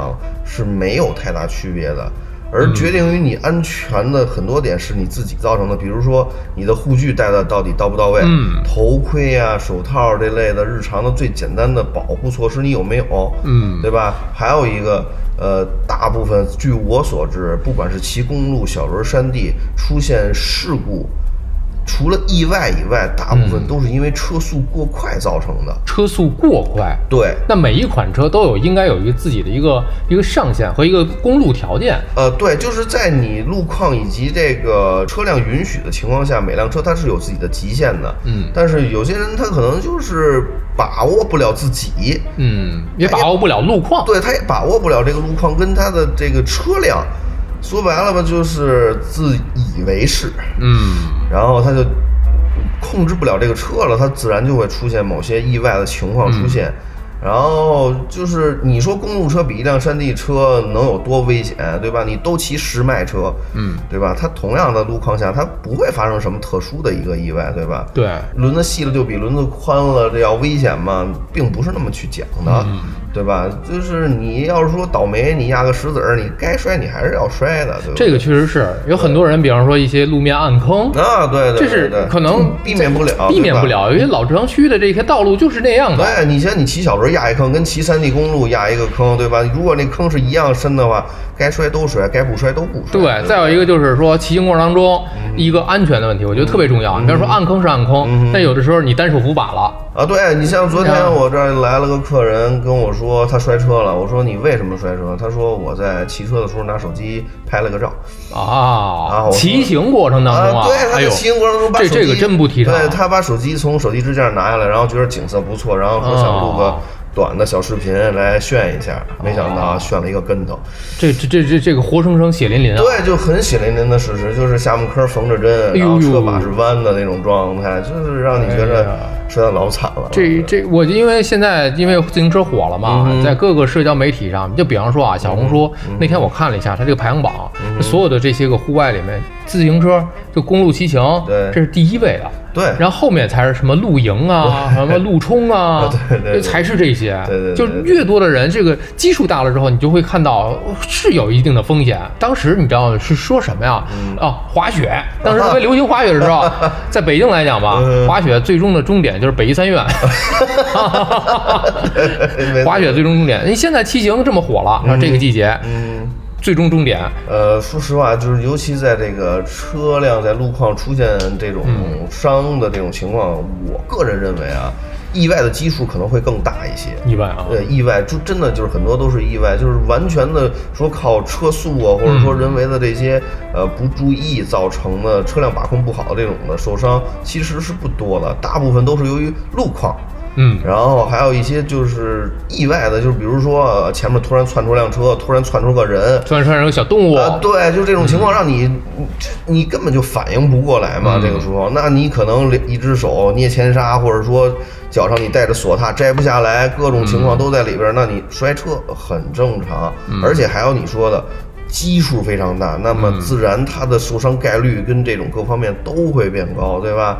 [SPEAKER 1] 是没有太大区别的。
[SPEAKER 3] 嗯
[SPEAKER 1] 而决定于你安全的很多点是你自己造成的，比如说你的护具戴的到底到不到位，
[SPEAKER 3] 嗯
[SPEAKER 1] 头盔呀、手套这类的日常的最简单的保护措施你有没有？
[SPEAKER 3] 嗯
[SPEAKER 1] 对吧？还有一个，呃，大部分据我所知，不管是骑公路、小轮、山地，出现事故除了意外以外，大部分都是因为车速过快造成的。
[SPEAKER 3] 车速过快，
[SPEAKER 1] 对，
[SPEAKER 3] 那每一款车都有应该有一个自己的一个一个上限和一个公路条件。
[SPEAKER 1] 呃，对，就是在你路况以及这个车辆允许的情况下，每辆车它是有自己的极限的。
[SPEAKER 3] 嗯
[SPEAKER 1] 但是有些人他可能就是把握不了自己，
[SPEAKER 3] 嗯，也把握不了路况。
[SPEAKER 1] 对，他也把握不了这个路况跟他的这个车辆，说白了吧，就是自以为是，
[SPEAKER 3] 嗯，
[SPEAKER 1] 然后他就控制不了这个车了，他自然就会出现某些意外的情况
[SPEAKER 3] 嗯
[SPEAKER 1] 出现。然后就是你说公路车比一辆山地车能有多危险，对吧？你都骑十迈车，
[SPEAKER 3] 嗯，
[SPEAKER 1] 对吧？它同样的路况下，它不会发生什么特殊的一个意外，对吧？
[SPEAKER 3] 对，
[SPEAKER 1] 轮子细了就比轮子宽了，这要危险吗？并不是那么去讲的，
[SPEAKER 3] 嗯
[SPEAKER 1] 对吧？就是你要是说倒霉，你压个石子儿，你该摔你还是要摔的，对吧？
[SPEAKER 3] 这个确实是有很多人，比方说一些路面暗坑，
[SPEAKER 1] 啊，对对，
[SPEAKER 3] 这是
[SPEAKER 1] 对对
[SPEAKER 3] 可能
[SPEAKER 1] 避免不了，
[SPEAKER 3] 避
[SPEAKER 1] 对
[SPEAKER 3] 免
[SPEAKER 1] 吧
[SPEAKER 3] 不。了，因为老城区的这些道路就是那样的。
[SPEAKER 1] 对，哎你像你骑小轮压一坑，跟骑山地公路压一个坑，对吧？如果那坑是一样深的话，该摔都摔，该不摔都不摔。
[SPEAKER 3] 对，再有一个就是说，骑行过程当中
[SPEAKER 1] 嗯
[SPEAKER 3] 一个安全的问题，我觉得特别重要。你比如说暗坑是暗坑，但有的时候你单手扶把了，
[SPEAKER 1] 啊，对你像昨天我这儿来了个客人跟我说他摔车了，我说你为什么摔车？他说我在骑车的时候拿手机拍了个照。啊
[SPEAKER 3] 啊，
[SPEAKER 1] 我
[SPEAKER 3] 骑行过程当中啊
[SPEAKER 1] 对，，他
[SPEAKER 3] 哎
[SPEAKER 1] 在
[SPEAKER 3] 呦，
[SPEAKER 1] 骑行过程中把
[SPEAKER 3] 这
[SPEAKER 1] 手机，
[SPEAKER 3] 这个真不提倡啊
[SPEAKER 1] 对他把手机从手机支架拿下来，然后觉得景色不错，然后说想录个
[SPEAKER 3] 哦
[SPEAKER 1] 短的小视频来炫一下，没想到啊炫了一个跟头。
[SPEAKER 3] 这这这这这个活生生血淋淋啊！
[SPEAKER 1] 对，就很血淋淋的事实，就是下巴颏缝着针，
[SPEAKER 3] 哎呦
[SPEAKER 1] 然后车把是弯的那种状态，就是让你觉
[SPEAKER 3] 哎呀
[SPEAKER 1] 得摔得老惨了。
[SPEAKER 3] 这这，我因为现在因为自行车火了嘛，
[SPEAKER 1] 嗯
[SPEAKER 3] 在各个社交媒体上，就比方说啊，小红书、那天我看了一下它这个排行榜，
[SPEAKER 1] 嗯
[SPEAKER 3] 所有的这些个户外里面，自行车就公路骑行，
[SPEAKER 1] 对
[SPEAKER 3] 这是第一位的。
[SPEAKER 1] 对，，
[SPEAKER 3] 然后后面才是什么露营啊，什么路冲啊
[SPEAKER 1] 对对对
[SPEAKER 3] 才是这些。
[SPEAKER 1] 对对对
[SPEAKER 3] 就越多的人，这个基数大了之后，你就会看到哦是有一定的风险。当时你知道是说什么呀？
[SPEAKER 1] 嗯
[SPEAKER 3] 啊，滑雪。当时特别流行滑雪的 时候，在北京来讲吧，
[SPEAKER 1] 嗯
[SPEAKER 3] 滑雪最终的终点就是北 医三院。
[SPEAKER 1] 没错
[SPEAKER 3] 滑雪最终终点，你现在骑行这么火了，那这个季节
[SPEAKER 1] 嗯。
[SPEAKER 3] 最终终点，
[SPEAKER 1] 呃，说实话，就是尤其在这个车辆在路况出现这种
[SPEAKER 3] 嗯
[SPEAKER 1] 伤的这种情况，我个人认为啊，意外的基数可能会更大一些。
[SPEAKER 3] 意外啊。
[SPEAKER 1] 呃，意外就真的就是很多都是意外，就是完全的说靠车速啊，或者说人为的这些呃不注意造成的车辆把控不好这种的受伤，其实是不多的，大部分都是由于路况。
[SPEAKER 3] 嗯，
[SPEAKER 1] 然后还有一些就是意外的，就是比如说呃前面突然窜出辆车，突然窜出个人，
[SPEAKER 3] 突然穿上有小动物，
[SPEAKER 1] 啊，对，就这种情况让你，你根本就反应不过来嘛。
[SPEAKER 3] 嗯
[SPEAKER 1] 这个时候，那你可能一只手捏前刹，或者说脚上你带着锁踏摘不下来，各种情况
[SPEAKER 3] 嗯
[SPEAKER 1] 都在里边儿，那你摔车很正常。而且还有你说的。基数非常大，那
[SPEAKER 3] 嗯
[SPEAKER 1] 么自然它的受伤概率跟这种各方面都会变高，对吧？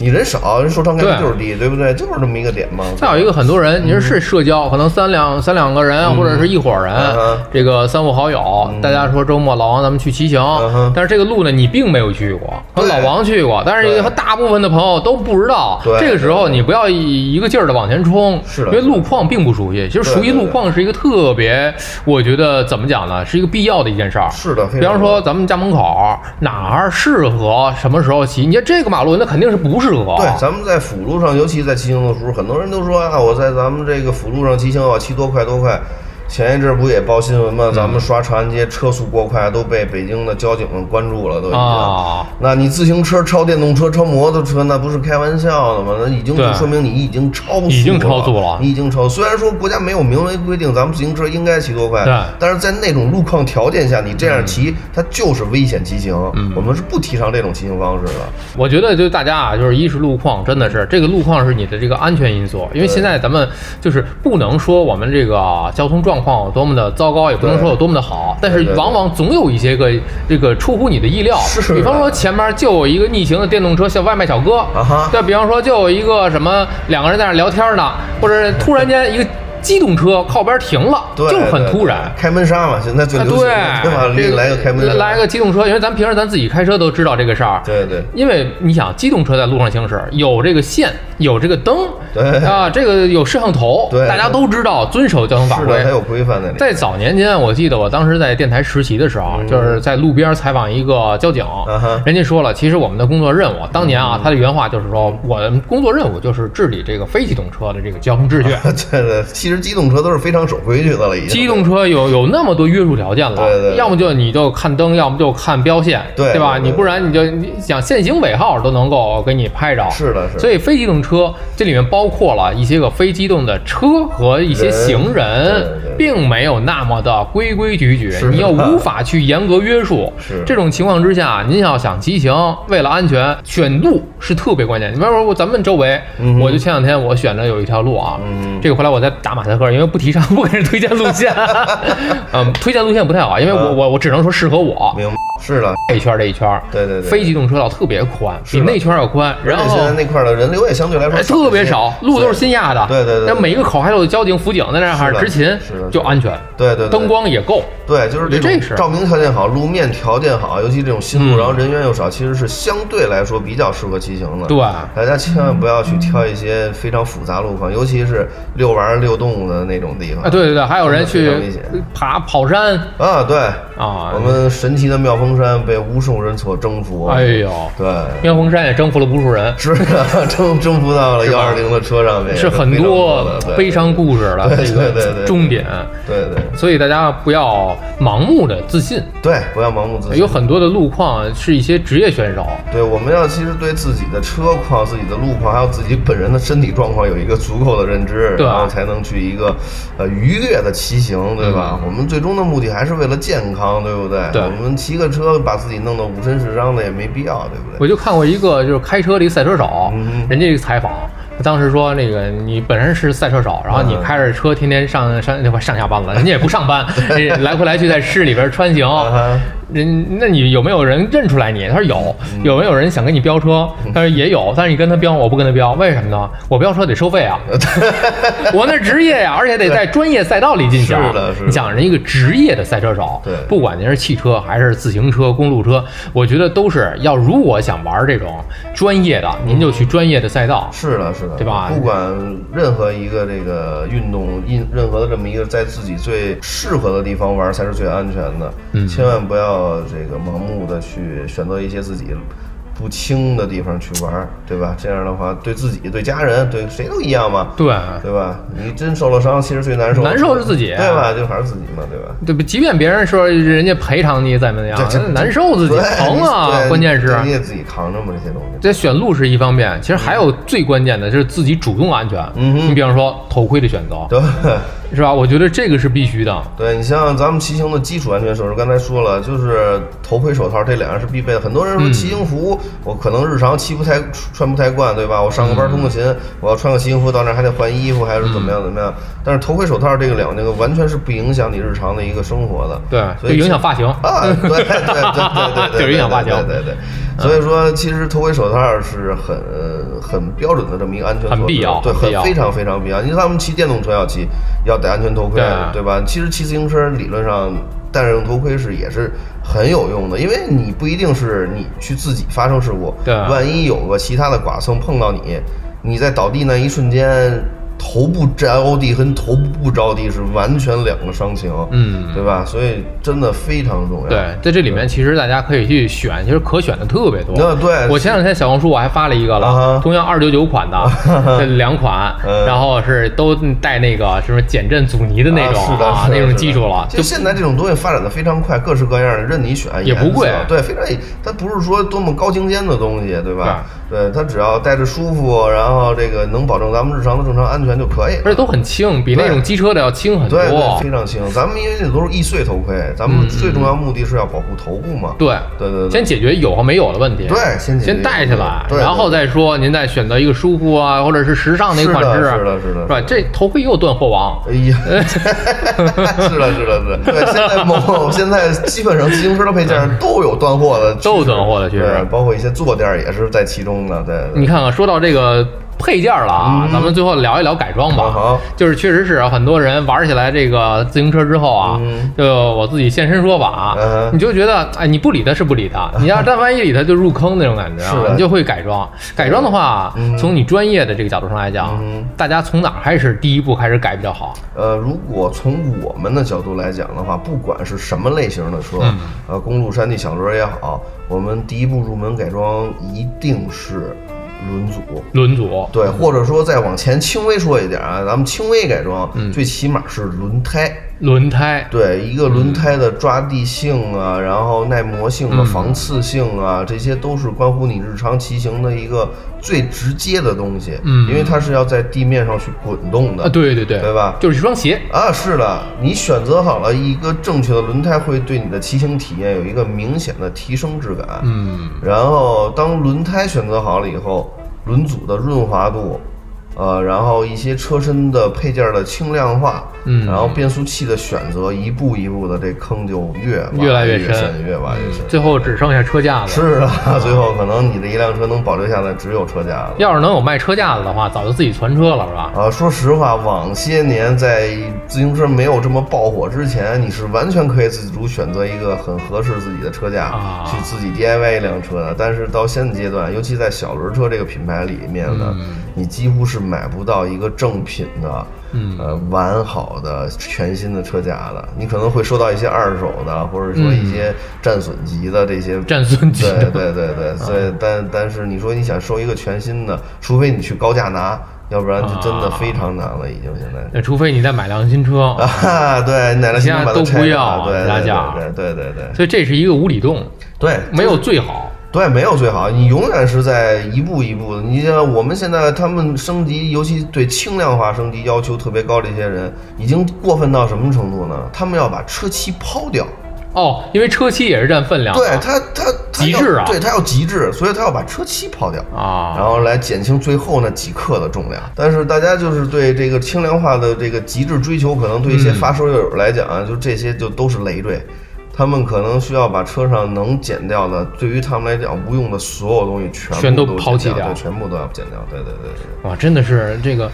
[SPEAKER 1] 你人少，人受伤概率就是低，对不对？就是这么一个点嘛。
[SPEAKER 3] 再有一个，很多人，你说是社交，可能三两三两个人啊或者是一伙人
[SPEAKER 1] 嗯哼，
[SPEAKER 3] 这个三五好友，大家说周末老王咱们去骑行
[SPEAKER 1] 嗯哼，
[SPEAKER 3] 但是这个路呢，你并没有去过，和
[SPEAKER 1] 对
[SPEAKER 3] 老王去过，但是
[SPEAKER 1] 对
[SPEAKER 3] 大部分的朋友都不知道
[SPEAKER 1] 对。
[SPEAKER 3] 这个时候你不要一一个劲儿的往前冲，
[SPEAKER 1] 是的
[SPEAKER 3] 因为路况并不熟悉。其实熟
[SPEAKER 1] 对
[SPEAKER 3] 悉
[SPEAKER 1] 对
[SPEAKER 3] 路况是一个特别，我觉得怎么讲呢，是一个必要的一件事儿。
[SPEAKER 1] 是的，非
[SPEAKER 3] 比方
[SPEAKER 1] 常
[SPEAKER 3] 说，咱们家门口哪儿适合什么时候骑？你看这个马路，那肯定是不适合。
[SPEAKER 1] 对，咱们在辅路上，尤其在骑行的时候，很多人都说啊，我在咱们这个辅路上骑行，我骑多快多快。前一阵儿不也报新闻吗？咱
[SPEAKER 3] 嗯
[SPEAKER 1] 们刷长安街车速过快，都被北京的交警们关注了，都已经。
[SPEAKER 3] 啊，
[SPEAKER 1] 那你自行车超电动车、超摩托车，那不是开玩笑的吗？那已经
[SPEAKER 3] 对
[SPEAKER 1] 就说明你已经超速了，
[SPEAKER 3] 已经超速了
[SPEAKER 1] 你已经超。虽然说国家没有明文规定咱们自行车应该骑多快，
[SPEAKER 3] 对嗯
[SPEAKER 1] 但是在那种路况条件下，你这样骑，它就是危险骑行。我们是不提倡这种骑行方式的。
[SPEAKER 3] 我觉得就大家啊，就是一是路况，真的是这个路况是你的这个安全因素，因为现在咱们就是不能说我们这个交通状况有多么的糟糕，也不能说有多么的好，但是
[SPEAKER 1] 对对
[SPEAKER 3] 往往总有一些个这个出乎你的意料，
[SPEAKER 1] 是
[SPEAKER 3] 比方说前面就有一个逆行的电动车，像外卖小哥
[SPEAKER 1] 啊哈，
[SPEAKER 3] 再比方说就有一个什么两个人在那聊天呢，或者突然间一个。机动车靠边停了，
[SPEAKER 1] 对，
[SPEAKER 3] 就是很
[SPEAKER 1] 对
[SPEAKER 3] 突
[SPEAKER 1] 对
[SPEAKER 3] 然。
[SPEAKER 1] 开门杀嘛，现在最
[SPEAKER 3] 啊，
[SPEAKER 1] 流行的，对吧？
[SPEAKER 3] 对，这
[SPEAKER 1] 来个开门杀，
[SPEAKER 3] 来个机动车，因为咱平时咱自己开车都知道这个事儿。
[SPEAKER 1] 对对
[SPEAKER 3] 因为你想，机动车在路上行驶，有这个线，有这个灯，
[SPEAKER 1] 对
[SPEAKER 3] 啊，这个有摄像头，
[SPEAKER 1] 对
[SPEAKER 3] 大家都知道遵守交通法
[SPEAKER 1] 是的，它有
[SPEAKER 3] 规。
[SPEAKER 1] 规范在里面。
[SPEAKER 3] 在早年间，我记得我当时在电台实习的时候，就是在路边采访一个交警
[SPEAKER 1] 嗯哼，嗯
[SPEAKER 3] 人家说了，其实我们的工作任务，当年啊，他的原话就是说，我的工作任务就是治理这个非机动车的这个交 通秩序。
[SPEAKER 1] 对对，其实机动车都是非常守规矩的了，已经。
[SPEAKER 3] 机动车有有那么多约束条件了，
[SPEAKER 1] 对对对
[SPEAKER 3] 要么就你就看灯，要么就看标线，
[SPEAKER 1] 对
[SPEAKER 3] 吧？
[SPEAKER 1] 对对
[SPEAKER 3] 你不然你就你想限行尾号都能够给你拍着，
[SPEAKER 1] 是的，是的。
[SPEAKER 3] 所以非机动车这里面包括了一些个非机动的车和一些行人
[SPEAKER 1] 人对对，对
[SPEAKER 3] 并没有那么的规规矩矩
[SPEAKER 1] 是，的
[SPEAKER 3] 你又无法去严格约束。
[SPEAKER 1] 是
[SPEAKER 3] 这种情况之下，您要想骑行，为了安全，选路是特别关键。你比如说咱们周围，
[SPEAKER 1] 嗯
[SPEAKER 3] 我就前两天我选的有一条路啊，
[SPEAKER 1] 嗯
[SPEAKER 3] 这个后来我在打马赛克，因为不提倡不给人推荐 路线，嗯，推荐路线不太好，因为我
[SPEAKER 1] 嗯
[SPEAKER 3] 我我只能说适合我。
[SPEAKER 1] 明白是的，
[SPEAKER 3] 这一圈儿这一圈儿，
[SPEAKER 1] 对对对
[SPEAKER 3] 非机动车道特别宽，比
[SPEAKER 1] 的
[SPEAKER 3] 那圈儿要宽。然
[SPEAKER 1] 而且
[SPEAKER 3] 后
[SPEAKER 1] 现在那块儿的人流也相对来说
[SPEAKER 3] 哎，
[SPEAKER 1] 少
[SPEAKER 3] 特别
[SPEAKER 1] 一些
[SPEAKER 3] 少，路都是。新压的。
[SPEAKER 1] 对对对对
[SPEAKER 3] 那每个口还有交警、辅警在那儿
[SPEAKER 1] 是的
[SPEAKER 3] 执勤
[SPEAKER 1] 是的是，的
[SPEAKER 3] 就安全。
[SPEAKER 1] 对对对，
[SPEAKER 3] 灯光也够，
[SPEAKER 1] 对，就是这
[SPEAKER 3] 这是
[SPEAKER 1] 种照明条件好，路面条件好，尤其这种新
[SPEAKER 3] 嗯
[SPEAKER 1] 路，然后人员又少，其实是相对来说比较适合骑行的。
[SPEAKER 3] 对，
[SPEAKER 1] 大家千万不要去挑一些非常复杂路况，尤其是遛弯儿、遛动物的那种地方。
[SPEAKER 3] 啊，对对对，还有人
[SPEAKER 1] 非
[SPEAKER 3] 去
[SPEAKER 1] 常危险
[SPEAKER 3] 爬跑山
[SPEAKER 1] 啊，对，
[SPEAKER 3] 啊
[SPEAKER 1] 我，们神奇的妙峰山被无数人所征服。
[SPEAKER 3] 哎呦，
[SPEAKER 1] 对，
[SPEAKER 3] 妙峰山也征服了无数人，
[SPEAKER 1] 是的， 征征服到了
[SPEAKER 3] 是
[SPEAKER 1] 幺
[SPEAKER 3] 吧
[SPEAKER 1] 二零的车上面，
[SPEAKER 3] 是
[SPEAKER 1] 非常
[SPEAKER 3] 很多
[SPEAKER 1] 的对
[SPEAKER 3] 悲伤故事的
[SPEAKER 1] 对
[SPEAKER 3] 这
[SPEAKER 1] 对对
[SPEAKER 3] 个
[SPEAKER 1] 对
[SPEAKER 3] 终点。
[SPEAKER 1] 对对
[SPEAKER 3] 所以大家不要盲目的自信，
[SPEAKER 1] 对，不要盲目自信。
[SPEAKER 3] 有很多的路况是一些职业选手，
[SPEAKER 1] 对，我们要其实对自己的车况、自己的路况，还有自己本人的身体状况有一个足够的认知，
[SPEAKER 3] 对啊
[SPEAKER 1] 然后才能去一个呃愉悦的骑行，对吧？我们最终的目的还是为了健康，对不对？
[SPEAKER 3] 嗯对
[SPEAKER 1] 我们骑个车把自己弄得五身是伤的也没必要，对不对？
[SPEAKER 3] 我就看过一个就是开车的一赛车手
[SPEAKER 1] 嗯，
[SPEAKER 3] 人家一个采访，他当时说那个你本身是赛车手，然后
[SPEAKER 1] 嗯
[SPEAKER 3] 你开着车天天上上那不上下班了，人家也不 上班，人家来回来去在市里边穿行
[SPEAKER 1] 啊哈，
[SPEAKER 3] 人那你有没有人认出来你？他说有，
[SPEAKER 1] 嗯
[SPEAKER 3] 有没有人想跟你飙车？他说也有，但是你跟他飙，我不跟他飙，为什么呢？我飙车得收费 啊，我那职业呀、而且得在专业赛道里进行。啊
[SPEAKER 1] 是的是的
[SPEAKER 3] 你想人一个职业的赛车手，
[SPEAKER 1] 对
[SPEAKER 3] 不管您是汽车还是自行车、公路车，我觉得都是要。如果想玩这种专业的，您就去专业的赛道。
[SPEAKER 1] 是的，是的，
[SPEAKER 3] 对吧
[SPEAKER 1] 不管任何一个这个运动，任任何的这么一个在自己最适合的地方玩才是最安全的。
[SPEAKER 3] 嗯
[SPEAKER 1] 千万不要这个盲目的去选择一些自己不清的地方去玩，对吧？这样的话，对自己、对家人、对谁都一样嘛，
[SPEAKER 3] 对，
[SPEAKER 1] 对吧？你真受了伤，其实最难受的
[SPEAKER 3] 难受是自己
[SPEAKER 1] 对吧？就还是自己嘛，对吧？
[SPEAKER 3] 对不？即便别人说人家赔偿你怎么样
[SPEAKER 1] 对，这
[SPEAKER 3] 那难受自己
[SPEAKER 1] 对
[SPEAKER 3] 疼啊
[SPEAKER 1] 对。
[SPEAKER 3] 关键是
[SPEAKER 1] 对你也自己扛着嘛，这些东西。
[SPEAKER 3] 这选路是一方面，其实还有最关键的就是自己主动安全。
[SPEAKER 1] 嗯哼
[SPEAKER 3] 你比方说头盔的选择，
[SPEAKER 1] 对。
[SPEAKER 3] 是吧？我觉得这个是必须的。
[SPEAKER 1] 对你像咱们骑行的基础安全措施，刚才说了，就是头盔、手套这两样是必备的。很多人说骑行服，我可能日常骑不太穿不太惯，对吧？我上个班通个勤，我要穿个骑行服到那儿还得换衣服，还是怎么样怎么样？但是头盔、手套这个两这个完全是不影响你日常的一个生活的。
[SPEAKER 3] 对，
[SPEAKER 1] 所
[SPEAKER 3] 就
[SPEAKER 1] 以
[SPEAKER 3] 影响发型。
[SPEAKER 1] 啊，对对对对 对对，
[SPEAKER 3] 就是影响发型
[SPEAKER 1] 对对对。
[SPEAKER 3] 嗯
[SPEAKER 1] 所以说，其实头盔手套是很很标准的这么一个安全措施，
[SPEAKER 3] 很必要
[SPEAKER 1] 对，
[SPEAKER 3] 很必要
[SPEAKER 1] 很非常非常必要。你像咱们骑电动车要骑，要戴安全头盔，
[SPEAKER 3] 对
[SPEAKER 1] 对吧？其实骑自行车理论上。戴上头盔是也是很有用的，因为你不一定是你去自己发生事故，
[SPEAKER 3] 对
[SPEAKER 1] 万一有个其他的剐蹭碰到你，你在倒地那一瞬间，头部着地跟头部不着地是完全两个伤情。
[SPEAKER 3] 嗯
[SPEAKER 1] 对吧？所以真的非常重要。
[SPEAKER 3] 对，在这里面其实大家可以去选，其实可选的特别多。
[SPEAKER 1] 那对
[SPEAKER 3] 我前两天小红书我还发了一个
[SPEAKER 1] 啊
[SPEAKER 3] 了
[SPEAKER 1] 哈，啊
[SPEAKER 3] 中央二九九款的这两款，
[SPEAKER 1] 嗯
[SPEAKER 3] 然后是都带那个什么减震阻尼的那
[SPEAKER 1] 啊
[SPEAKER 3] 种
[SPEAKER 1] 是的，是的
[SPEAKER 3] 那
[SPEAKER 1] 是
[SPEAKER 3] 种
[SPEAKER 1] 的
[SPEAKER 3] 技术了，
[SPEAKER 1] 其
[SPEAKER 3] 就
[SPEAKER 1] 实现在这种东西发展的非常快，各式各样的，任你选，
[SPEAKER 3] 也不贵
[SPEAKER 1] 颜色对，非常，哎它不是说多么高精尖的东西，对吧？对，它只要戴着舒服，然后这个能保证咱们日常的正常安全就可以了。
[SPEAKER 3] 而且都很轻，比
[SPEAKER 1] 对
[SPEAKER 3] 那种机车的要轻很多。嗯
[SPEAKER 1] 对对，非常轻。咱们因为那都是易碎头盔，咱们最重要目的是要保护头部嘛。
[SPEAKER 3] 对
[SPEAKER 1] 对对对
[SPEAKER 3] 先解决有和没有的问题。
[SPEAKER 1] 对先解决
[SPEAKER 3] 先带起来，
[SPEAKER 1] 对对
[SPEAKER 3] 然后再说您再选择一个舒服啊，或者是时尚的一款式，啊
[SPEAKER 1] 是的是的是的
[SPEAKER 3] 吧？这头盔又断货王，
[SPEAKER 1] 哎 呀， 是了是了是了，对，现在某现在基本上自行车的配件上都有断货的趋势，
[SPEAKER 3] 都有断货的趋势嗯
[SPEAKER 1] 对包括一些坐垫儿也是在其中的，对。对
[SPEAKER 3] 你看看，说到这个配件了啊，
[SPEAKER 1] 嗯
[SPEAKER 3] 咱们最后聊一聊改装吧。
[SPEAKER 1] 好，
[SPEAKER 3] 就是确实是很多人玩起来这个自行车之后啊，
[SPEAKER 1] 嗯
[SPEAKER 3] 就我自己现身说法啊，
[SPEAKER 1] 嗯
[SPEAKER 3] 你就觉得哎，你不理他是不理他，你要但凡一理他就入坑那种感觉
[SPEAKER 1] 是
[SPEAKER 3] 啊，
[SPEAKER 1] 的
[SPEAKER 3] 你就会改装。改装的话，
[SPEAKER 1] 嗯
[SPEAKER 3] 从你专业的这个角度上来讲，
[SPEAKER 1] 嗯
[SPEAKER 3] 大家从哪儿开始第一步开始改比较好？
[SPEAKER 1] 呃，如果从我们的角度来讲的话，不管是什么类型的车，
[SPEAKER 3] 嗯
[SPEAKER 1] 呃，公路、山地、小轮也好，我们第一步入门改装一定是轮组。
[SPEAKER 3] 轮组，
[SPEAKER 1] 对，或者说再往前轻微说一点啊，咱们轻微改装，
[SPEAKER 3] 嗯
[SPEAKER 1] 最起码是轮胎。
[SPEAKER 3] 轮胎，
[SPEAKER 1] 对，一个轮胎的抓地性啊，然后耐磨性啊、
[SPEAKER 3] 嗯
[SPEAKER 1] 防刺性啊，这些都是关乎你日常骑行的一个最直接的东西。
[SPEAKER 3] 嗯
[SPEAKER 1] 因为它是要在地面上去滚动的。
[SPEAKER 3] 啊，对对对，
[SPEAKER 1] 对吧
[SPEAKER 3] 就是一双鞋，
[SPEAKER 1] 啊，是的，你选择好了一个正确的轮胎，会对你的骑行体验有一个明显的提升质感。
[SPEAKER 3] 嗯，
[SPEAKER 1] 然后当轮胎选择好了以后，轮组的润滑度，呃，然后一些车身的配件的轻量化，
[SPEAKER 3] 嗯
[SPEAKER 1] 然后变速器的选择，一步一步的这坑就越挖
[SPEAKER 3] 越来
[SPEAKER 1] 越
[SPEAKER 3] 越深
[SPEAKER 1] 深，越挖越深。
[SPEAKER 3] 最后只剩下车架子。
[SPEAKER 1] 是啊，最后可能你的一辆车能保留下来只有车架了。
[SPEAKER 3] 要是能有卖车架子的话，早就自己存车了，是吧？
[SPEAKER 1] 啊，说实话，往些年在自行车没有这么爆火之前，你是完全可以自主选择一个很合适自己的车架，
[SPEAKER 3] 啊
[SPEAKER 1] 去自己 DIY 一辆车的。但是到现阶段，尤其在小轮车这个品牌里面呢，你几乎是买不到一个正品的。
[SPEAKER 3] 嗯
[SPEAKER 1] 呃，完好的全新的车架的，你可能会收到一些二手的，或者说一些战损级的这些
[SPEAKER 3] 嗯战 损级的
[SPEAKER 1] 对对对对，所
[SPEAKER 3] 啊
[SPEAKER 1] 以但但是你说你想收一个全新的，除非你去高价拿，要不然就真
[SPEAKER 3] 啊
[SPEAKER 1] 的非常难了，已经现在。
[SPEAKER 3] 那除非你再买辆新车，
[SPEAKER 1] 啊，对，你奶奶心把它
[SPEAKER 3] 现在都
[SPEAKER 1] 拆
[SPEAKER 3] 不
[SPEAKER 1] 了
[SPEAKER 3] 要啊
[SPEAKER 1] 对
[SPEAKER 3] 加价
[SPEAKER 1] 对对对对对
[SPEAKER 3] 所以这是一个无底洞，
[SPEAKER 1] 对，
[SPEAKER 3] 没有最好。
[SPEAKER 1] 对，没有最好，你永远是在一步一步的。你像我们现在他们升级，尤其对轻量化升级要求特别高的一些人，已经过分到什么程度呢？他们要把车漆抛掉。
[SPEAKER 3] 哦，因为车漆也是占分量的。
[SPEAKER 1] 对他，他他
[SPEAKER 3] 啊极
[SPEAKER 1] 要
[SPEAKER 3] 致啊
[SPEAKER 1] 对他要极致，所以他要把车漆抛掉。然
[SPEAKER 3] 啊，
[SPEAKER 1] 后来减轻最后那几克的重量。但是大家就是对这个轻量化的这个极致追求，可能对一些发烧友来讲啊，就这些就都是累赘。他们可能需要把车上能减掉的，对于他们来讲无用的所有东西全部
[SPEAKER 3] 全都
[SPEAKER 1] 都
[SPEAKER 3] 抛弃
[SPEAKER 1] 减
[SPEAKER 3] 掉
[SPEAKER 1] 对，全部都要减掉。对对对对，
[SPEAKER 3] 哇，真的是这个，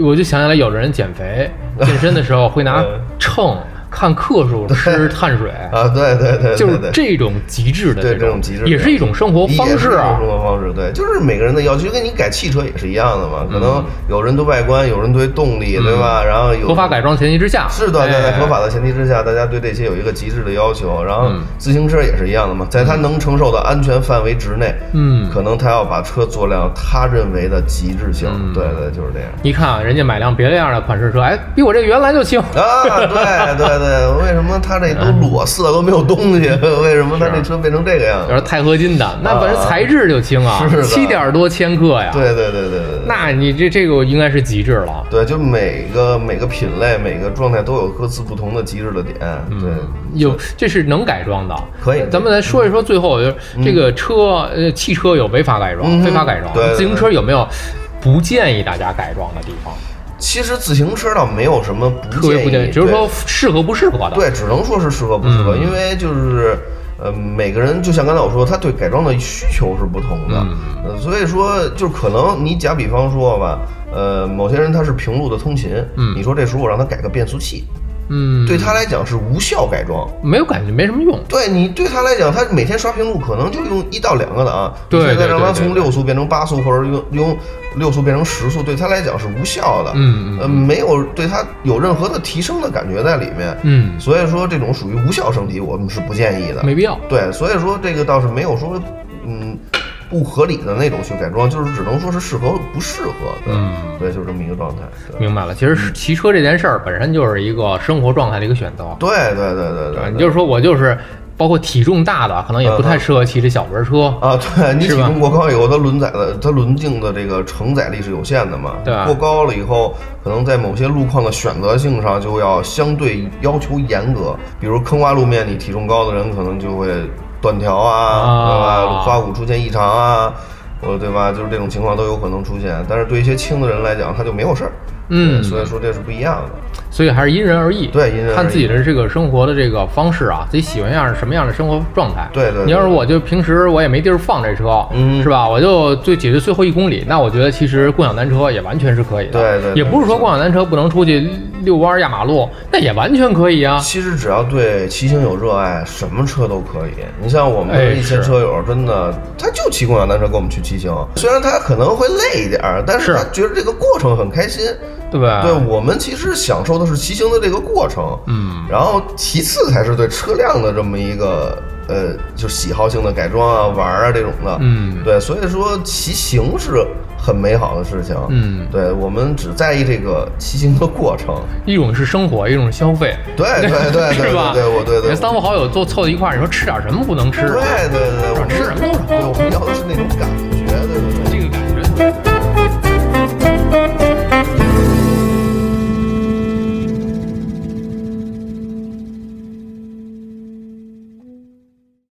[SPEAKER 3] 我就想起来有的人减 肥健身的时候会拿
[SPEAKER 1] 嗯
[SPEAKER 3] 秤看克数 吃碳水，
[SPEAKER 1] 啊，对对对对对，
[SPEAKER 3] 就是
[SPEAKER 1] 对
[SPEAKER 3] 这种极致的
[SPEAKER 1] 对
[SPEAKER 3] 这
[SPEAKER 1] 这种极致的
[SPEAKER 3] 也是一种生活方式
[SPEAKER 1] 也是一种
[SPEAKER 3] 啊
[SPEAKER 1] 生。活方式对，就是每个人的要求，就跟你改汽车也是一样的嘛。可能有人对外观，有人对动力，对吧？然后有
[SPEAKER 3] 合法改装前提之下，
[SPEAKER 1] 是的，在在
[SPEAKER 3] 哎
[SPEAKER 1] 合法的前提之下，大家对这些有一个极致的要求。然后
[SPEAKER 3] 嗯
[SPEAKER 1] 自行车也是一样的嘛，在他能承受的安全范围之内，
[SPEAKER 3] 嗯
[SPEAKER 1] 可能他要把车做辆他认为的极致性。
[SPEAKER 3] 嗯
[SPEAKER 1] 对对，就是这样。
[SPEAKER 3] 一看啊，人家买辆别的样的款式车，哎，比我这原来 就轻。
[SPEAKER 1] 啊，对对对，为什么他这都
[SPEAKER 3] 嗯
[SPEAKER 1] 裸色都没有东 西？为什么
[SPEAKER 3] 啊
[SPEAKER 1] 他这车变成这个样
[SPEAKER 3] 要是
[SPEAKER 1] 子？
[SPEAKER 3] 钛合金的，那本身材质就轻啊
[SPEAKER 1] 啊是，的
[SPEAKER 3] 七点多千克呀。，
[SPEAKER 1] 对对对对对对。
[SPEAKER 3] 那你这这个应该是极致了。
[SPEAKER 1] 对，就每个每个品类、每个状态都有各自不同的极致的点。对，
[SPEAKER 3] 有，这是能改装的，
[SPEAKER 1] 可以
[SPEAKER 3] 嗯咱们来说一说最后，就是这个车，呃，汽车有违法改装、
[SPEAKER 1] 嗯
[SPEAKER 3] 非法改装
[SPEAKER 1] 对，对
[SPEAKER 3] 自行车有没有不建议大家改装的地方？
[SPEAKER 1] 其实自行车倒没有什么不
[SPEAKER 3] 特别
[SPEAKER 1] 建
[SPEAKER 3] 不建
[SPEAKER 1] 议
[SPEAKER 3] 议，，只是
[SPEAKER 1] 对
[SPEAKER 3] 说适合不适合的。
[SPEAKER 1] 对，只能说是适合不适
[SPEAKER 3] 嗯
[SPEAKER 1] 合，因为就是。呃，每个人就像刚才我说，他对改装的需求是不同的，
[SPEAKER 3] 嗯
[SPEAKER 1] 呃，所以说就可能你假比方说吧，呃，某些人他是平路的通勤，
[SPEAKER 3] 嗯
[SPEAKER 1] 你说这时候我让他改个变速器，
[SPEAKER 3] 嗯，
[SPEAKER 1] 对他来讲是无效改装，
[SPEAKER 3] 没有感觉，没什么用。
[SPEAKER 1] 对你对他来讲，他每天刷屏幕可能就用一到两个档，
[SPEAKER 3] 对
[SPEAKER 1] 你现在
[SPEAKER 3] 对
[SPEAKER 1] 让他
[SPEAKER 3] 对对
[SPEAKER 1] 从
[SPEAKER 3] 对
[SPEAKER 1] 六速变成八速，或者用用六速变成十速，对他来讲是无效的，
[SPEAKER 3] 嗯嗯
[SPEAKER 1] 呃，没有对他有任何的提升的感觉在里面，
[SPEAKER 3] 嗯，
[SPEAKER 1] 所以说这种属于无效升级，我们是不建议的。
[SPEAKER 3] 没必要。
[SPEAKER 1] 对，所以说这个倒是没有说，嗯，不合理的那种去改装，就是只能说是适合不适合。对，
[SPEAKER 3] 嗯
[SPEAKER 1] 对，就是这么一个状态。对，
[SPEAKER 3] 明白了，其实
[SPEAKER 1] 嗯
[SPEAKER 3] 骑车这件事儿本身就是一个生活状态的一个选择。
[SPEAKER 1] 对对对对对
[SPEAKER 3] 对，
[SPEAKER 1] 对，
[SPEAKER 3] 你就是说我就是，包括体重大的，可能也不太
[SPEAKER 1] 嗯嗯
[SPEAKER 3] 适合骑这小轮车。
[SPEAKER 1] 啊，对你
[SPEAKER 3] 是
[SPEAKER 1] 体
[SPEAKER 3] 吧
[SPEAKER 1] 重过高以后，它轮载的它轮径的这个承载力是有限的嘛？
[SPEAKER 3] 对啊
[SPEAKER 1] 过高了以后，可能在某些路况的选择性上就要相对要求严格，比如坑洼路面，你体重高的人可能就会断条啊，
[SPEAKER 3] 啊
[SPEAKER 1] 对吧？花骨出现异常啊，呃，对吧？就是这种情况都有可能出现，但是对一些轻的人来讲，他就没有事儿。对
[SPEAKER 3] 嗯
[SPEAKER 1] 所以说这是不一样的。
[SPEAKER 3] 所以还是因人而异，
[SPEAKER 1] 对因人而异
[SPEAKER 3] 看自己的这个生活的这个方式啊，自己喜欢样什么样的生活状态。
[SPEAKER 1] 对对对
[SPEAKER 3] 你要是我就平时我也没地儿放这车，
[SPEAKER 1] 嗯
[SPEAKER 3] 是吧？我就就解决最后一公里，那我觉得其实共享单车也完全是可以的。
[SPEAKER 1] 对对对
[SPEAKER 3] 也不是说共享单车不能出去遛弯儿压马路，那也完全可以啊。
[SPEAKER 1] 其实只要对骑行有热爱，什么车都可以。你像我们
[SPEAKER 3] 哎
[SPEAKER 1] 的一些
[SPEAKER 3] 是
[SPEAKER 1] 车友，真的他就骑共享单车跟我们去骑行，虽然他可能会累一点儿，但是
[SPEAKER 3] 是
[SPEAKER 1] 他觉得这个过程很开心。
[SPEAKER 3] 对不对？
[SPEAKER 1] 对我们其实享受的是骑行的这个过程，
[SPEAKER 3] 嗯，
[SPEAKER 1] 然后其次才是对车辆的这么一个呃，就是喜好性的改装啊、玩儿啊这种的，
[SPEAKER 3] 嗯
[SPEAKER 1] 对，所以说骑行是很美好的事情，
[SPEAKER 3] 嗯
[SPEAKER 1] 对我们只在意这个骑行的过程，
[SPEAKER 3] 一种是生活，一种是消费，
[SPEAKER 1] 对对对对对
[SPEAKER 3] 是吧？
[SPEAKER 1] 对，我对对，
[SPEAKER 3] 你三五好友坐凑到一块儿，你说吃点什么不能吃？
[SPEAKER 1] 对对对，我们
[SPEAKER 3] 吃什么都
[SPEAKER 1] 对，我们要的是那种感觉。